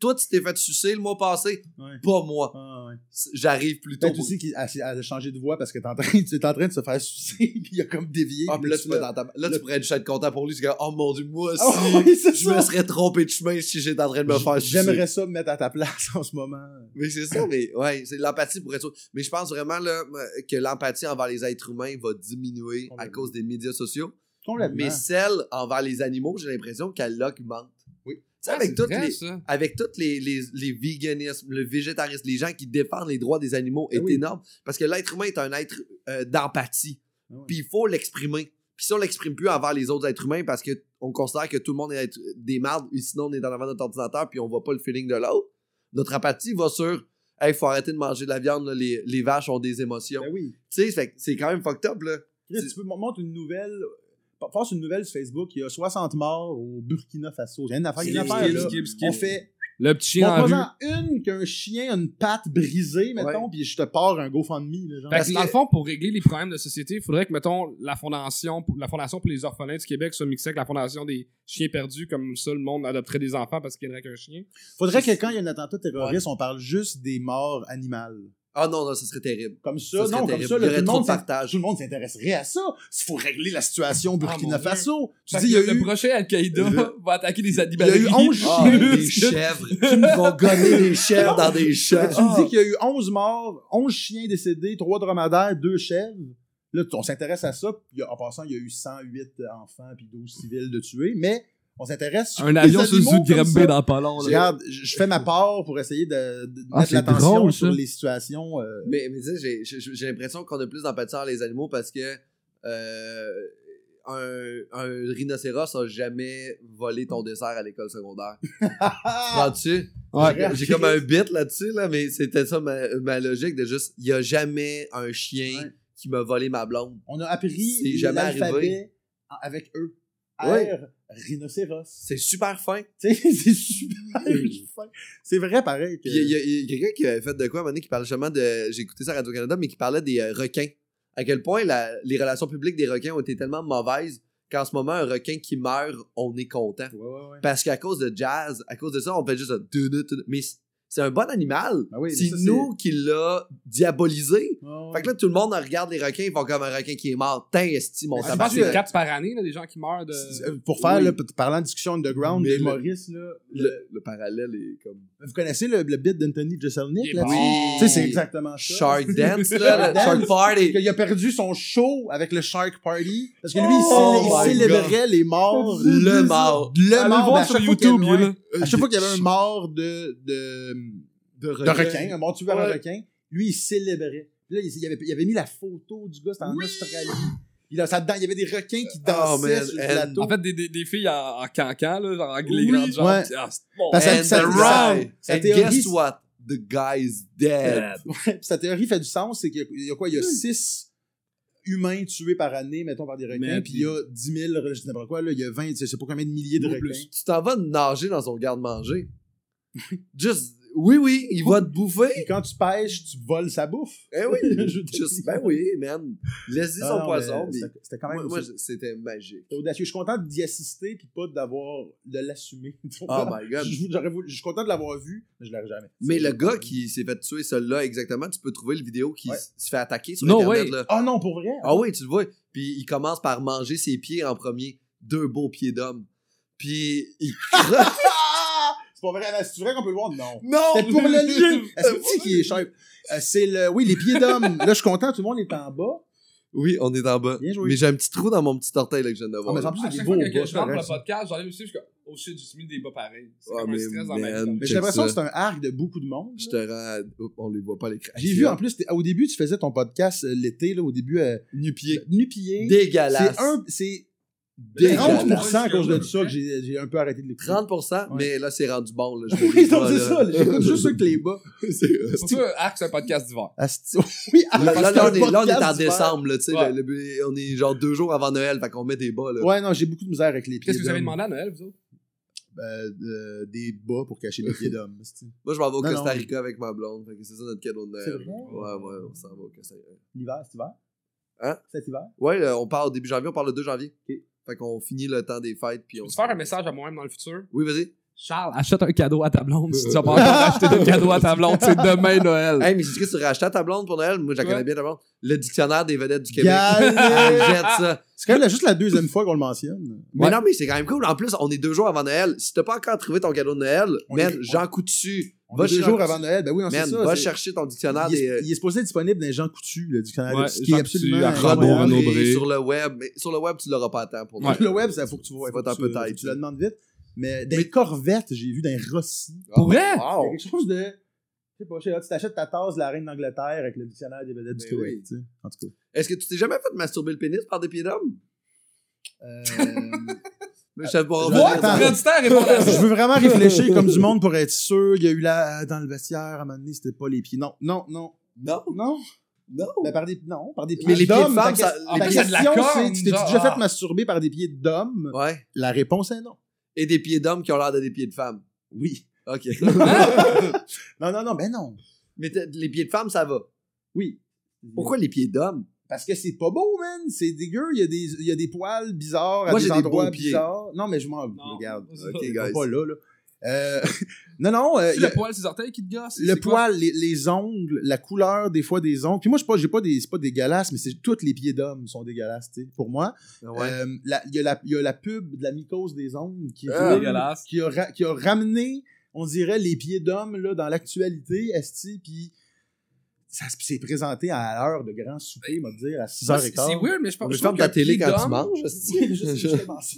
Speaker 1: Toi, tu t'es fait sucer le mois passé,
Speaker 2: Ouais.
Speaker 1: pas moi.
Speaker 2: Ah, ouais.
Speaker 1: J'arrive plus tôt.
Speaker 2: Peut-être aussi qu'elle elle a changé de voie parce que t'es en train, tu es en train de se faire sucer, puis il a comme dévié.
Speaker 1: Ah, puis là, tu
Speaker 2: l'as-
Speaker 1: peux dans ta- là, tu pourrais juste être content pour lui. Tu dis, oh mon dieu, moi aussi,
Speaker 2: Ah, ouais, c'est
Speaker 1: je
Speaker 2: ça.
Speaker 1: me serais trompé de chemin si j'étais en train de me faire sucer.
Speaker 2: J'aimerais ça me mettre à ta place en ce moment.
Speaker 1: Mais c'est ça, mais ouais, c'est l'empathie pour être sûr. Mais je pense vraiment là, m- que l'empathie envers les êtres humains va diminuer à
Speaker 2: Complètement.
Speaker 1: cause des médias sociaux.
Speaker 2: Complètement.
Speaker 1: Mais celle envers les animaux, j'ai l'impression qu'elle augmente.
Speaker 2: Oui.
Speaker 1: Tu sais, avec
Speaker 3: Ah, C'est
Speaker 1: toutes
Speaker 3: vrai,
Speaker 1: les.
Speaker 3: ça.
Speaker 1: Avec tous les, les, les véganismes, le végétarisme, les gens qui défendent les droits des animaux est
Speaker 2: Ah oui.
Speaker 1: énorme. Parce que l'être humain est un être euh, d'empathie.
Speaker 2: Ah ouais.
Speaker 1: Puis il faut l'exprimer. Puis si on l'exprime plus envers les autres êtres humains parce que on considère que tout le monde est être- des mardes, et sinon on est dans l'avant de notre ordinateur puis on voit pas le feeling de l'autre, notre apathie va sur Hey, faut arrêter de manger de la viande, là, les, les vaches ont des émotions.
Speaker 2: Ben oui.
Speaker 1: Tu sais, fait que c'est quand même fucked up, là.
Speaker 2: Chris, tu peux monter une nouvelle. Force une nouvelle sur Facebook. Il y a 60 morts au Burkina Faso. J'ai rien à faire. Il y a une
Speaker 1: Skip, skip,
Speaker 2: affaire, là.
Speaker 3: skip, skip.
Speaker 2: On fait.
Speaker 3: Le petit
Speaker 2: On
Speaker 3: chien en rue.
Speaker 2: prend une qu'un chien a une patte brisée, mettons, puis je te pars un GoFundMe. Là, genre.
Speaker 3: Fait que,
Speaker 1: Parce que-
Speaker 3: dans le fond, pour régler les problèmes de société, il faudrait que, mettons, la fondation, la fondation pour les orphelins du Québec soit mixée avec la fondation des chiens perdus, comme ça, le monde adopterait des enfants parce qu'il n'y aurait qu'un chien.
Speaker 2: Faudrait que quand il y a un attentat terroriste, on parle juste des morts animales.
Speaker 1: Ah non, non, ça serait terrible.
Speaker 2: Comme ça,
Speaker 1: serait
Speaker 2: non, comme
Speaker 1: terrible.
Speaker 2: ça,
Speaker 1: Il y
Speaker 2: là,
Speaker 1: aurait
Speaker 2: tout, le
Speaker 1: trop
Speaker 2: monde
Speaker 1: de
Speaker 2: s'in-
Speaker 1: partage.
Speaker 2: tout le monde s'intéresserait à ça. Il faut régler la situation au Burkina
Speaker 3: Ah, mon Dieu.
Speaker 2: Faso. Tu
Speaker 3: Fait
Speaker 2: dis, il y
Speaker 3: que
Speaker 2: a
Speaker 3: le
Speaker 2: eu
Speaker 3: prochain Al-Qaïda
Speaker 2: Le-
Speaker 3: va attaquer des
Speaker 2: il y a
Speaker 3: animaleries.
Speaker 2: eu 11
Speaker 1: Ah,
Speaker 2: chiens.
Speaker 1: des chèvres. Ils vont gonner des chèvres dans des
Speaker 2: Tu
Speaker 1: champs.
Speaker 2: me dis qu'il y a eu 11 morts, 11 chiens décédés, 3 dromadaires, 2 chèvres. Là, on s'intéresse à ça. puis en passant, il y a eu 108 enfants puis 12 civils de tués, mais on s'intéresse sur
Speaker 3: Un
Speaker 2: des
Speaker 3: avion sur le
Speaker 2: animaux
Speaker 3: zoo de
Speaker 2: comme
Speaker 3: Grimby
Speaker 2: ça.
Speaker 3: dans pas long, là.
Speaker 2: Regarde, je je fais ma part pour essayer de, de
Speaker 3: Ah,
Speaker 2: mettre
Speaker 3: c'est
Speaker 2: l'attention
Speaker 3: drôle,
Speaker 2: sur
Speaker 3: ça.
Speaker 2: les situations. euh,
Speaker 1: Mais, mais tu sais, j'ai- j'ai j'ai l'impression qu'on a plus d'empathie envers les animaux parce que euh, un, un rhinocéros a jamais volé ton dessert à l'école secondaire.
Speaker 2: euh.
Speaker 1: Comprends-tu?
Speaker 3: Ouais.
Speaker 1: J'ai comme un bit là-dessus, là, mais c'était ça ma, ma logique de juste, il y a jamais un chien
Speaker 2: Ouais.
Speaker 1: qui m'a volé ma blonde.
Speaker 2: On a appris
Speaker 1: C'est jamais
Speaker 2: l'alphabet
Speaker 1: arrivé.
Speaker 2: en- avec eux.
Speaker 1: Ouais.
Speaker 2: R, rhinocéros.
Speaker 1: C'est super fin.
Speaker 2: Tu sais, c'est super fin. C'est vrai pareil. Que...
Speaker 1: Puis il y a, il y a- il y a quelqu'un qui avait fait de quoi à un moment donné qui parlait justement de. J'ai écouté ça à Radio-Canada, mais qui parlait des euh, requins. À quel point la- les relations publiques des requins ont été tellement mauvaises qu'en ce moment, un requin qui meurt, on est content.
Speaker 2: Ouais, ouais, ouais.
Speaker 1: Parce qu'à cause de jazz, à cause de ça, on fait juste un dou- dou- dou- dou- Mais c- c'est un bon animal.
Speaker 2: Ah oui, mais
Speaker 1: c'est
Speaker 2: ça,
Speaker 1: nous qui l'a diabolisé.
Speaker 2: Ah, ouais.
Speaker 1: Fait que là, tout le monde regarde les requins, ils font comme un requin qui est mort. T'in, esti, mon
Speaker 2: Mais
Speaker 3: Je
Speaker 2: ça
Speaker 1: tabac.
Speaker 3: pense
Speaker 2: marche,
Speaker 3: que c'est
Speaker 2: euh,
Speaker 3: 4 par année, là, des gens qui meurent de.
Speaker 2: Euh, Pour faire,
Speaker 1: oui.
Speaker 2: là, peut- parlant de discussion underground,
Speaker 1: Mais
Speaker 2: des
Speaker 1: le-
Speaker 2: Maurice, là, le-
Speaker 1: Le, le parallèle est comme.
Speaker 2: vous connaissez le, le bit d'Anthony Jeselnik?
Speaker 3: Il est
Speaker 2: là,
Speaker 3: mort.
Speaker 2: tu-
Speaker 1: Oui.
Speaker 2: Tu sais, c'est exactement Ah, ça.
Speaker 1: Shark Dance, là,
Speaker 2: Shark
Speaker 1: le Shark
Speaker 2: Dance.
Speaker 1: Party.
Speaker 2: Qu'il a perdu son show avec le Shark Party. Parce que lui,
Speaker 1: Oh
Speaker 2: il, célé- il
Speaker 1: my
Speaker 2: célébrait les morts.
Speaker 1: Le mort.
Speaker 2: Le
Speaker 3: Allez
Speaker 2: mort.
Speaker 3: voir
Speaker 2: mais à
Speaker 3: sur
Speaker 2: chaque fois qu'il y a-
Speaker 3: YouTube, il est
Speaker 2: ouais,
Speaker 3: là.
Speaker 2: À chaque fois qu'il y avait un mort de, de,
Speaker 1: De
Speaker 2: de requin, un mort tué par un
Speaker 1: Ouais.
Speaker 2: requin, lui, il célébrait. Puis là, il, il avait, il avait mis la photo du gars, c'était en Australie. Il, a, ça, dedans, il y avait des requins qui dansaient
Speaker 1: man,
Speaker 2: sur le
Speaker 1: and-
Speaker 2: plateau.
Speaker 3: En fait, des, des, des filles en, en cancan, là, genre avec
Speaker 2: Oui,
Speaker 3: les grandes jambes.
Speaker 2: ouais.
Speaker 3: Ah, c'est bon.
Speaker 2: Parce-
Speaker 1: And
Speaker 2: ça-
Speaker 1: the
Speaker 2: ça-
Speaker 1: wrong.
Speaker 2: ça
Speaker 1: And
Speaker 2: théorise-
Speaker 1: guess what? The guy's dead.
Speaker 2: Puis sa théorie fait du sens, c'est qu'il y a- il y a quoi? Il y a 6 humains tués par année, mettons, par des requins,
Speaker 3: Mais-
Speaker 2: puis il y a 10 000, je sais n'importe quoi, là, il y a 20, je sais pas combien de milliers de
Speaker 1: En
Speaker 2: requins.
Speaker 1: plus, tu t'en vas nager dans son garde-manger. Juste, oui, oui, il va te bouffer.
Speaker 2: Puis quand tu pêches, tu voles sa bouffe.
Speaker 1: Eh oui,
Speaker 2: Je te dis.
Speaker 1: Juste, ben oui, man. Laisse-y
Speaker 2: Ah
Speaker 1: son
Speaker 2: non,
Speaker 1: poison.
Speaker 2: mais
Speaker 1: puis-
Speaker 2: C'était c'était quand même
Speaker 1: Moi, moi,
Speaker 2: aussi-
Speaker 1: je- c'était magique.
Speaker 2: c'était audacieux. Je suis content d'y assister, puis pas d'avoir, de l'assumer.
Speaker 1: Oh my god.
Speaker 2: Je, j'aurais voulu- je suis content de l'avoir vu, mais je l'aurais jamais.
Speaker 1: Mais le gars qui s'est fait tuer, celui-là, exactement, tu peux trouver le vidéo qui
Speaker 2: Ouais.
Speaker 1: s- se fait attaquer sur
Speaker 3: No
Speaker 1: Internet.
Speaker 3: way.
Speaker 1: Là.
Speaker 2: Ah non, pour vrai?
Speaker 1: Ah oui, tu le vois. Puis il commence par manger ses pieds en premier. Deux beaux pieds d'homme. Puis il croque.
Speaker 2: Ah! C'est pas vrai, c'est vrai qu'on peut le voir? Non.
Speaker 1: non!
Speaker 2: C'est pour le lien! Est-ce que qui est cher? Euh, c'est le, oui, les pieds d'homme. Là, je suis content, tout le monde est en bas.
Speaker 1: Oui, on est en bas.
Speaker 2: Bien joué. Ah,
Speaker 1: Mais j'ai un petit trou dans mon petit orteil là, que je viens de voir.
Speaker 2: mais en plus,
Speaker 3: À
Speaker 2: il est
Speaker 3: chaque
Speaker 2: beau
Speaker 3: fois
Speaker 2: au
Speaker 3: que
Speaker 2: bas,
Speaker 3: je
Speaker 2: c'est
Speaker 3: rentre
Speaker 2: vrai,
Speaker 3: le
Speaker 2: ça.
Speaker 3: podcast, j'enlève aussi, je suis comme, oh shit, j'ai mis des bas pareils. C'est
Speaker 1: Ah,
Speaker 3: comme un
Speaker 1: mais
Speaker 3: stress dans ma
Speaker 1: man.
Speaker 3: vie.
Speaker 2: Mais j'ai
Speaker 1: Check
Speaker 2: l'impression
Speaker 1: ça.
Speaker 2: que c'est un arc de beaucoup de monde.
Speaker 1: Je te rends. Oups, on les voit pas à l'écran.
Speaker 2: J'ai vu en plus, t'es- au début, tu faisais ton podcast euh, l'été, là, au début, euh,
Speaker 1: nu-pied.
Speaker 2: nu-pied.
Speaker 1: Dégueulasse.
Speaker 2: C'est un, c'est
Speaker 3: Dégueulasse.
Speaker 2: 30% à cause de ça que j'ai j'ai un peu arrêté de l'écouter.
Speaker 1: 30%,
Speaker 2: Ouais.
Speaker 1: mais là, c'est rendu bon. Là, je
Speaker 2: Oui, donc c'est ça, là, j'écoute juste ceux que les bas.
Speaker 1: ça.
Speaker 3: Pour ça, Arc, c'est un podcast d'hiver.
Speaker 2: Asti- Oui, ah,
Speaker 1: Là,
Speaker 2: parce
Speaker 1: là,
Speaker 2: que c'est
Speaker 1: là,
Speaker 2: un
Speaker 1: on est, là, on est en
Speaker 2: podcast d'hiver.
Speaker 1: décembre, là, tu sais,
Speaker 3: Ouais.
Speaker 1: le- le- on est genre deux jours avant Noël, fait qu'on met des bas, là.
Speaker 2: Ouais, non, j'ai beaucoup de misère avec les pieds.
Speaker 3: Qu'est-ce que vous avez
Speaker 2: d'homme.
Speaker 3: demandé à Noël, vous autres?
Speaker 2: Euh, euh, Des bas pour cacher les pieds d'homme. asti.
Speaker 1: Moi, je m'en vais au
Speaker 2: Non,
Speaker 1: Costa
Speaker 2: non.
Speaker 1: Rica avec ma blonde, fait que c'est ça notre cadeau de Noël.
Speaker 2: C'est vrai?
Speaker 1: Ouais, ouais, on s'en va au Costa Rica.
Speaker 2: L'hiver, cet hiver?
Speaker 1: Hein?
Speaker 2: Cet hiver?
Speaker 1: Ouais, là, on part au début janvier, on part le 2 janvier. Fait qu'on finit le temps des fêtes, puis
Speaker 3: Je
Speaker 1: on...
Speaker 3: vais
Speaker 1: s'en
Speaker 3: faire un
Speaker 1: va.
Speaker 3: message à moi-même dans le futur.
Speaker 1: Oui, vas-y.
Speaker 3: Charles, achète un cadeau à ta blonde si tu n'as pas encore acheté de cadeau à ta blonde. C'est demain Noël.
Speaker 2: Euh,
Speaker 1: Hey, mais c'est que tu rachètes ta blonde pour Noël? Moi, je la
Speaker 3: Ouais.
Speaker 1: connais bien, ta blonde. Le dictionnaire des vedettes du Québec. Elle
Speaker 2: Galère.
Speaker 1: jette ça.
Speaker 2: C'est quand même la- juste la deuxième fois qu'on le mentionne.
Speaker 1: Mais
Speaker 3: Ouais.
Speaker 1: non, mais c'est quand même cool. En plus, on est deux jours avant Noël. Si t'as pas encore trouvé ton cadeau de Noël,
Speaker 2: On
Speaker 1: man,
Speaker 2: est- on-
Speaker 1: Jean Coutu,
Speaker 2: On
Speaker 1: va
Speaker 2: est deux
Speaker 1: chercher-
Speaker 2: jours avant Noël. Ben oui, on sait
Speaker 1: man,
Speaker 2: ça.
Speaker 1: va
Speaker 2: c'est-
Speaker 1: chercher ton dictionnaire
Speaker 2: il, est,
Speaker 1: des euh,
Speaker 2: il est supposé être disponible dans les gens coutus, le dictionnaire,
Speaker 3: Ouais,
Speaker 2: ce qui est
Speaker 3: Jean
Speaker 2: absolument...
Speaker 3: Coutu, Archambault,
Speaker 2: incroyable.
Speaker 3: Renaud. Renaud.
Speaker 1: Renaud
Speaker 3: Bré.
Speaker 1: sur le web. Mais sur le web, tu l'auras pas à temps pour
Speaker 3: Ouais.
Speaker 1: Noël.
Speaker 2: Le web, ça faut que tu vois.
Speaker 1: Ça
Speaker 2: faut
Speaker 1: va
Speaker 2: que
Speaker 1: taper
Speaker 2: tu-
Speaker 1: tête,
Speaker 2: faut que Tu
Speaker 1: ça.
Speaker 2: le demandes vite. Mais des corvettes, j'ai vu dans les Rossi.
Speaker 3: Pour vrai?
Speaker 2: Il y a
Speaker 1: Wow.
Speaker 2: quelque chose de... Je sais pas, je sais, là, tu t'achètes ta tasse de la reine d'Angleterre avec le dictionnaire des vedettes du
Speaker 1: Mais
Speaker 2: Québec.
Speaker 1: Ben oui.
Speaker 2: tu sais. En tout cas.
Speaker 1: Est-ce que tu t'es jamais fait masturber le pénis par des pieds d'homme?
Speaker 2: Euh,
Speaker 1: Je sais pas.
Speaker 2: je-
Speaker 1: Ouais,
Speaker 2: attends.
Speaker 1: c'est-
Speaker 3: Fred Starr répond à ça.
Speaker 2: je veux vraiment réfléchir comme du monde pour être sûr. Il y a eu la... Dans le vestiaire, à un moment donné, c'était pas les pieds. Non, non, non.
Speaker 1: Non,
Speaker 2: Non.
Speaker 1: non.
Speaker 2: Ben, par des, non, par des pieds
Speaker 1: Mais les pieds de
Speaker 2: d'hommes.
Speaker 1: femmes,
Speaker 2: ta
Speaker 1: ça-
Speaker 2: question-
Speaker 1: les
Speaker 2: ta
Speaker 1: pieds, c'est
Speaker 3: de la
Speaker 2: question,
Speaker 3: corne,
Speaker 2: c'est, tu t'es
Speaker 3: genre.
Speaker 2: déjà
Speaker 3: Ah.
Speaker 2: fait masturber par des pieds d'hommes?
Speaker 1: Ouais.
Speaker 2: La réponse est non.
Speaker 1: Et des pieds d'homme qui ont l'air de des pieds de femme.
Speaker 2: Oui.
Speaker 1: OK.
Speaker 2: Non, non, non, ben non.
Speaker 1: mais t'as- les pieds de femme, ça va.
Speaker 2: Oui.
Speaker 1: Pourquoi les pieds d'homme?
Speaker 2: Parce que c'est pas beau, man. C'est dégueu. Il y a des, il y a des poils bizarres à
Speaker 1: Moi, j'ai
Speaker 2: des
Speaker 1: des
Speaker 2: endroits
Speaker 1: beaux pieds.
Speaker 2: bizarres. Non, mais je m'en
Speaker 3: Non.
Speaker 2: regarde.
Speaker 3: C'est
Speaker 2: Ok,
Speaker 1: ça.
Speaker 2: guys. Pas là, là. Euh, non, non. euh,
Speaker 3: C'est
Speaker 2: il y a-
Speaker 3: le poil, ses orteils qui te gossent.
Speaker 2: le
Speaker 3: C'est quoi?
Speaker 2: poil, les, les ongles, la couleur des fois des ongles. Puis moi, je sais pas, j'ai pas des, c'est pas dégueulasse, mais c'est toutes les pieds d'hommes sont dégueulasses, tu sais, pour moi.
Speaker 1: Ouais.
Speaker 2: Euh, la- Il y, a la- il y a la pub de la mycose des ongles qui,
Speaker 1: Ah,
Speaker 2: roule,
Speaker 3: dégueulasse.
Speaker 2: qui, a, ra- qui a ramené, on dirait, les pieds d'hommes là, dans l'actualité, Esti, puis ça s- s'est présenté à l'heure de grand souper, on va dire, à
Speaker 3: Bah, C'est
Speaker 2: 6h15.
Speaker 3: c'est weird, mais je pense
Speaker 1: Je
Speaker 3: je
Speaker 1: ferme
Speaker 3: trouve qu'un
Speaker 1: ta télé
Speaker 3: pied
Speaker 1: quand tu
Speaker 3: d'homme-
Speaker 1: manges.
Speaker 2: Je sais,
Speaker 1: Je-
Speaker 2: justement ça.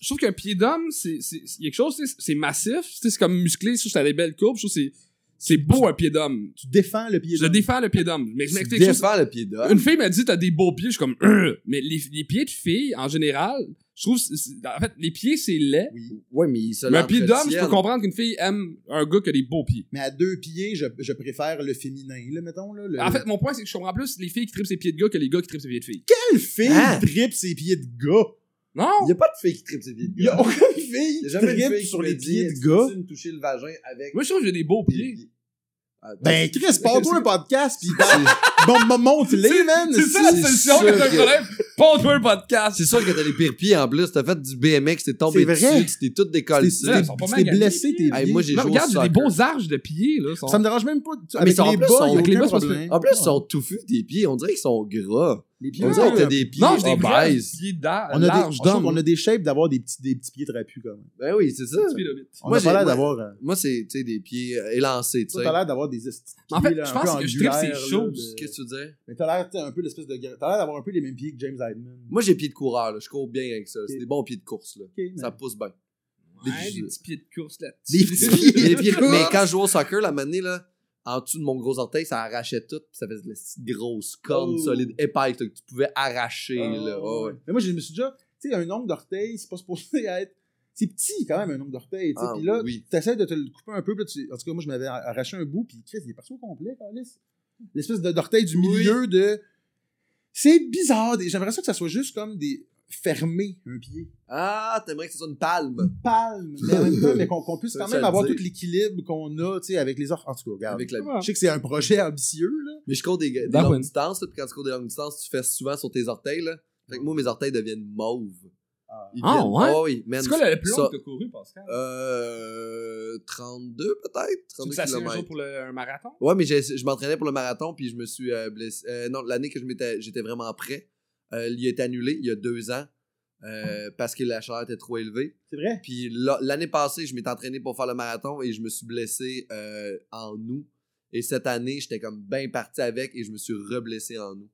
Speaker 3: Je trouve qu'un pied d'homme, c'est c'est- c'est quelque chose, tu sais, c'est massif, tu sais, c'est comme musclé, je trouve que ça a des belles courbes, je trouve que c'est c'est beau un pied d'homme.
Speaker 2: Tu défends le pied
Speaker 3: Je
Speaker 2: d'homme.
Speaker 3: défends le pied d'homme, mais je
Speaker 1: Tu
Speaker 3: m'explique. je trouve-
Speaker 1: défends le pied d'homme.
Speaker 3: Une fille m'a dit t'as des beaux pieds, je suis comme Ugh mais les, les pieds de filles en général, je trouve c'est- c'est- en fait les pieds c'est laid.
Speaker 2: Oui.
Speaker 1: Ouais, mais il se
Speaker 3: Mais un pied d'homme, je
Speaker 1: l'entretiennent.
Speaker 3: peux comprendre qu'une fille aime un gars qui a des beaux pieds.
Speaker 2: Mais à deux pieds, je, je préfère le féminin, là, mettons. Là, le-
Speaker 3: En fait, mon point c'est que je comprends plus les filles qui trippent ses pieds de gars que les gars qui trippent ses pieds de filles.
Speaker 2: quelle fille
Speaker 1: Hein?
Speaker 2: tripe ses pieds de gars?
Speaker 1: Il
Speaker 3: Non,
Speaker 1: n'y a pas de fille qui tripe ses pieds de
Speaker 2: Il y a
Speaker 1: gars.
Speaker 2: aucune
Speaker 1: Il
Speaker 2: fille
Speaker 1: y a
Speaker 2: qui
Speaker 1: jamais une
Speaker 2: tripe
Speaker 1: fille
Speaker 2: sur
Speaker 1: qui
Speaker 2: les
Speaker 1: me dit,
Speaker 2: pieds
Speaker 1: Est-ce
Speaker 2: de
Speaker 1: que
Speaker 2: gars.
Speaker 1: Tu veux me toucher le vagin avec
Speaker 3: moi je trouve que j'ai des beaux
Speaker 1: tes
Speaker 3: pieds.
Speaker 1: pieds? Ah,
Speaker 2: Ben, Chris, pars-toi un podcast, pis bon, bon, monte-les, man!
Speaker 3: C'est ça la
Speaker 1: c'est
Speaker 3: solution
Speaker 1: sûr
Speaker 3: que t'as
Speaker 1: que-
Speaker 3: le problème. Ponte-moi un podcast.
Speaker 1: C'est sûr que t'as les pires pieds en plus. T'as fait du BMX, t'es tombé
Speaker 2: C'est vrai.
Speaker 1: dessus, tu t'es tout décollé.
Speaker 2: T'es-
Speaker 3: Là,
Speaker 2: t'es-
Speaker 3: ils sont pas
Speaker 2: t'es
Speaker 3: mal gagnés,
Speaker 2: blessé,
Speaker 3: les
Speaker 2: t'es
Speaker 3: pieds.
Speaker 1: Hey, moi, j'ai
Speaker 3: Non,
Speaker 1: joué au
Speaker 3: regarde, j'ai des
Speaker 1: soccer.
Speaker 3: beaux arches de pieds, là. sont-
Speaker 2: Ça me dérange même pas.
Speaker 1: Ah, mais
Speaker 2: Avec
Speaker 1: ils sont en
Speaker 2: les
Speaker 1: plus,
Speaker 2: bas,
Speaker 1: sont-
Speaker 2: il y a
Speaker 3: avec les
Speaker 2: aucun
Speaker 3: bas, c'est pas
Speaker 2: problème.
Speaker 1: En plus, ils sont touffus, tes pieds. On dirait qu'ils sont gras.
Speaker 2: Les
Speaker 1: On dirait que t'as des pieds
Speaker 3: Non, j'ai des vrais
Speaker 1: obèses.
Speaker 3: pieds d'âge.
Speaker 2: on a des,
Speaker 3: larges
Speaker 2: je trouve
Speaker 3: d'homme.
Speaker 2: qu'on a des shapes d'avoir des petits, des petits pieds trapus, quand même.
Speaker 1: Ben oui, c'est ça.
Speaker 3: Des pieds de bite.
Speaker 2: On
Speaker 1: Moi,
Speaker 2: a
Speaker 1: j'ai-
Speaker 2: pas l'air
Speaker 1: moi-
Speaker 2: d'avoir, euh,
Speaker 1: Moi, c'est tu sais, des pieds euh, élancés, tu
Speaker 2: toi,
Speaker 1: sais.
Speaker 2: t'as l'air d'avoir des esti-
Speaker 3: En fait,
Speaker 2: pieds, là,
Speaker 3: je
Speaker 2: un
Speaker 3: pense
Speaker 2: peu
Speaker 3: que je tripe ces
Speaker 2: angulaires, là,
Speaker 3: choses.
Speaker 2: de-
Speaker 1: Qu'est-ce que tu disais?
Speaker 2: Mais t'as l'air, t'es un peu l'espèce de, t'as l'air d'avoir un peu les mêmes pieds que James Hydeman.
Speaker 1: Moi, j'ai pieds de coureur, là. Je cours bien avec ça. C'est des bons pieds de course, là.
Speaker 2: Ok, mais-
Speaker 1: Ça pousse bien.
Speaker 3: Ouais, des petits pieds de course là-dessus.
Speaker 1: Des petits pieds. Mais quand je jouais au soccer, la manée, là, en dessous de mon gros orteil, ça arrachait tout. Puis ça faisait de la petite grosse corne
Speaker 2: Oh.
Speaker 1: solide, épaisse, là, que tu pouvais arracher,
Speaker 2: Ah,
Speaker 1: là. Ouais, ouais.
Speaker 2: Mais moi, je me suis déjà, tu sais, un ongle d'orteil, c'est pas supposé être, c'est petit, quand même, un ongle d'orteil, tu sais.
Speaker 1: Ah,
Speaker 2: Puis là,
Speaker 1: oui.
Speaker 2: t'essaies de te le couper un peu, puis là, tu- en tout cas, moi, je m'avais arraché un bout, puis Chris, il est parti au complet, Carlis. L'espèce de- d'orteil du
Speaker 1: Oui.
Speaker 2: milieu de. C'est bizarre, des- j'aimerais ça que ça soit juste comme des. fermé, un pied.
Speaker 1: Ah, t'aimerais que ce soit une palme.
Speaker 2: Palme, mais en même temps, mais qu'on qu'on puisse
Speaker 1: Ça,
Speaker 2: quand
Speaker 1: ça
Speaker 2: même
Speaker 1: le
Speaker 2: avoir
Speaker 1: dit.
Speaker 2: tout l'équilibre qu'on a, tu sais, avec les offres. En tout cas, regarde.
Speaker 1: Avec la...
Speaker 3: Ouais.
Speaker 2: Je sais que c'est un projet ambitieux, là.
Speaker 1: Mais je cours des, des
Speaker 3: Darwin.
Speaker 1: longues distances, là, puis quand tu cours des longues distances, tu fais souvent sur tes orteils, là. Fait que moi, mes orteils deviennent mauves. Ils
Speaker 3: Ah,
Speaker 1: viennent-
Speaker 3: ouais?
Speaker 1: oui, man.
Speaker 3: C'est quoi le plus long
Speaker 1: ça-
Speaker 3: que t'as couru, Pascal?
Speaker 1: Euh, 32 peut-être?
Speaker 3: Tu
Speaker 1: 32
Speaker 3: t'as assis un jour
Speaker 1: km.
Speaker 3: pour le- un marathon?
Speaker 1: Ouais, mais j'ai- je m'entraînais pour le marathon, puis je me suis euh, blessé. euh, non, l'année que je m'étais- j'étais vraiment prêt, euh, il a été annulé il y a deux ans euh, parce que la chaleur était trop élevée.
Speaker 2: C'est vrai?
Speaker 1: Puis là, l'année passée, je m'étais entraîné pour faire le marathon et je me suis blessé euh, en août. Et cette année, j'étais comme bien parti avec et je me suis reblessé en août.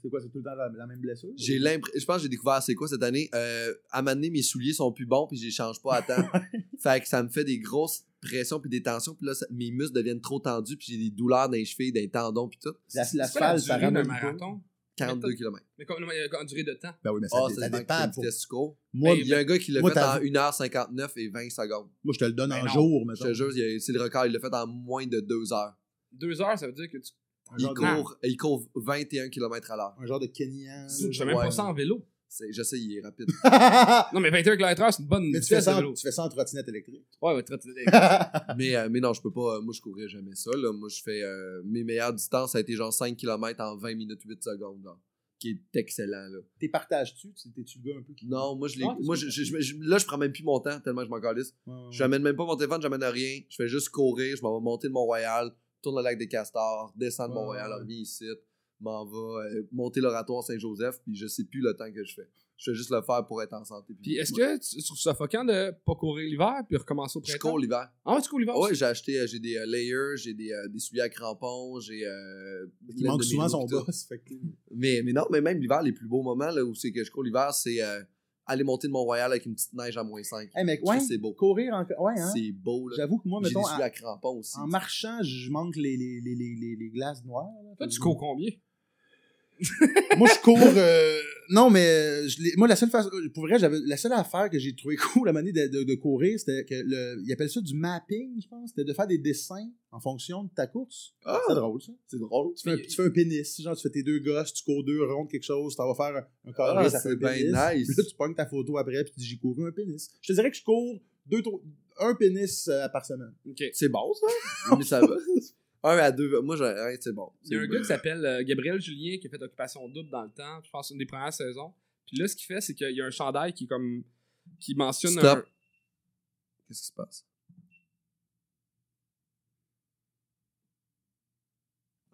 Speaker 2: C'est quoi, c'est tout le temps la, la même blessure?
Speaker 1: J'ai l'impression, je pense que j'ai découvert c'est quoi cette année. Euh, à un moment donné, mes souliers sont plus bons puis je les change pas à temps. fait que ça me fait des grosses pressions puis des tensions puis là ça- mes muscles deviennent trop tendus puis j'ai des douleurs dans les chevilles, dans les tendons puis tout.
Speaker 2: La-
Speaker 3: C'est quoi
Speaker 2: l'asphalte, ça
Speaker 3: durée d'un
Speaker 2: ramène pas.
Speaker 3: marathon?
Speaker 1: 42
Speaker 3: Mais
Speaker 1: km.
Speaker 3: Mais comme euh, en durée de temps.
Speaker 2: Ben oui, mais ça,
Speaker 1: Ah,
Speaker 2: dé-
Speaker 1: ça
Speaker 2: ça
Speaker 1: dépend
Speaker 2: dépend. Ben
Speaker 1: du
Speaker 2: Pour...
Speaker 1: test du cours.
Speaker 2: Moi,
Speaker 1: Il y a un gars qui l'a
Speaker 2: moi,
Speaker 1: fait
Speaker 2: t'as
Speaker 1: en 1h59 et 20 secondes.
Speaker 2: moi, je te le donne
Speaker 3: Ben
Speaker 2: en
Speaker 3: non.
Speaker 2: jour,
Speaker 1: Je
Speaker 2: mettons.
Speaker 1: te jure, il y a- c'est le record, il l'a fait en moins de 2 heures.
Speaker 3: Deux heures, ça veut dire que tu.
Speaker 2: Un
Speaker 1: Il
Speaker 2: genre de-
Speaker 1: court, il court 21 km à l'heure.
Speaker 2: un genre de Kenyan.
Speaker 3: Je fais
Speaker 2: là,
Speaker 3: même
Speaker 1: ouais.
Speaker 3: pas ça en vélo.
Speaker 1: C'est- Je sais, il est rapide.
Speaker 2: genre.
Speaker 3: Non, mais 21 km/h, c'est une bonne
Speaker 2: Mais tu fais,
Speaker 3: vitesse de
Speaker 2: ça en,
Speaker 3: vélo.
Speaker 2: tu fais ça en trottinette électrique.
Speaker 3: Ouais, ouais, très, très- très-
Speaker 1: mais, euh, mais non, je peux pas. euh, moi, je courrais jamais ça. Là. Moi, je fais. euh, mes meilleures distances, ça a été genre 5 km en 20 minutes 8 secondes. genre, qui est excellent. Là.
Speaker 2: T'es partages-tu? Tu- T'es-tu le gars un peu qui.
Speaker 1: Non, moi, je l'ai.
Speaker 3: Ah, c'est
Speaker 1: moi, je,
Speaker 3: cool.
Speaker 1: je- je- je- là, je prends même plus mon temps tellement que je m'en calisse.
Speaker 2: Ouais, ouais, ouais.
Speaker 1: Je n'amène même pas mon téléphone, j'amène rien. Je fais juste courir. Je m'en vais monter le Mont-Royal, tourne le lac des Castors, descends le
Speaker 2: Ouais,
Speaker 1: Mont-Royal,
Speaker 2: ouais.
Speaker 1: reviens ici, m'en vais euh, monter l'oratoire Saint-Joseph, puis je sais plus le temps que je fais. Je fais juste le faire pour être en santé.
Speaker 3: Puis est-ce que tu tu trouves ça foquant de pas courir l'hiver puis recommencer au
Speaker 1: Je
Speaker 3: printemps?
Speaker 1: cours l'hiver.
Speaker 3: Ah, ouais, tu cours l'hiver?
Speaker 1: Ah ouais,
Speaker 3: aussi?
Speaker 1: j'ai acheté, euh, j'ai des euh, layers, j'ai des, euh, des souliers à crampons, j'ai. Euh,
Speaker 2: Il
Speaker 1: plein
Speaker 2: manque
Speaker 1: de mes
Speaker 2: souvent
Speaker 1: loups
Speaker 2: son
Speaker 1: pis tout.
Speaker 2: boss. Fait que...
Speaker 1: Mais, mais non, mais même l'hiver, les plus beaux moments là, où c'est que je cours l'hiver, c'est euh, aller monter le Mont-Royal avec une petite neige à moins 5.
Speaker 2: Hey, mec,
Speaker 1: Ça,
Speaker 2: ouais.
Speaker 1: c'est beau.
Speaker 2: Courir en. Ouais, hein.
Speaker 1: C'est beau, là.
Speaker 2: J'avoue que moi,
Speaker 1: J'ai des
Speaker 2: mettons,
Speaker 1: souliers
Speaker 2: en,
Speaker 1: à crampons aussi.
Speaker 2: en marchant, je manque les, les, les, les, les, les glaces noires. là.
Speaker 3: Toi, tu
Speaker 2: Fait que-
Speaker 3: cours combien?
Speaker 2: Moi, je cours. euh, Non, mais euh, je l'ai- moi, la seule façon. Pour vrai, j'avais la seule affaire que j'ai trouvé cool la manière de, de, de courir, c'était que le. Ils appellent ça du mapping, je pense. C'était de faire des dessins en fonction de ta course.
Speaker 1: Ah!
Speaker 2: C'est drôle, ça.
Speaker 1: C'est drôle.
Speaker 2: Tu fais, un, tu fais un pénis, genre tu fais tes deux gosses, tu cours deux rondes, quelque chose, t'en vas faire un, un carré,
Speaker 1: Ah,
Speaker 2: ça fait
Speaker 1: c'est
Speaker 2: un pénis.
Speaker 1: bien nice.
Speaker 2: Puis là, tu pognes ta photo après, puis tu dis j'ai couru un pénis. Je te dirais que je cours deux, trois- un pénis euh, par semaine.
Speaker 3: Ok.
Speaker 1: C'est bon, ça? mais ça va. Un à deux. Moi, j'ai- hein, c'est bon.
Speaker 3: Il y a un
Speaker 1: C'est
Speaker 3: gars qui s'appelle euh, Gabriel Julien qui a fait Occupation Double dans le temps, je pense une des premières saisons. Puis là, ce qu'il fait, c'est qu'il y a un chandail qui est comme qui mentionne
Speaker 1: Stop.
Speaker 3: un-
Speaker 1: Qu'est-ce qui se passe?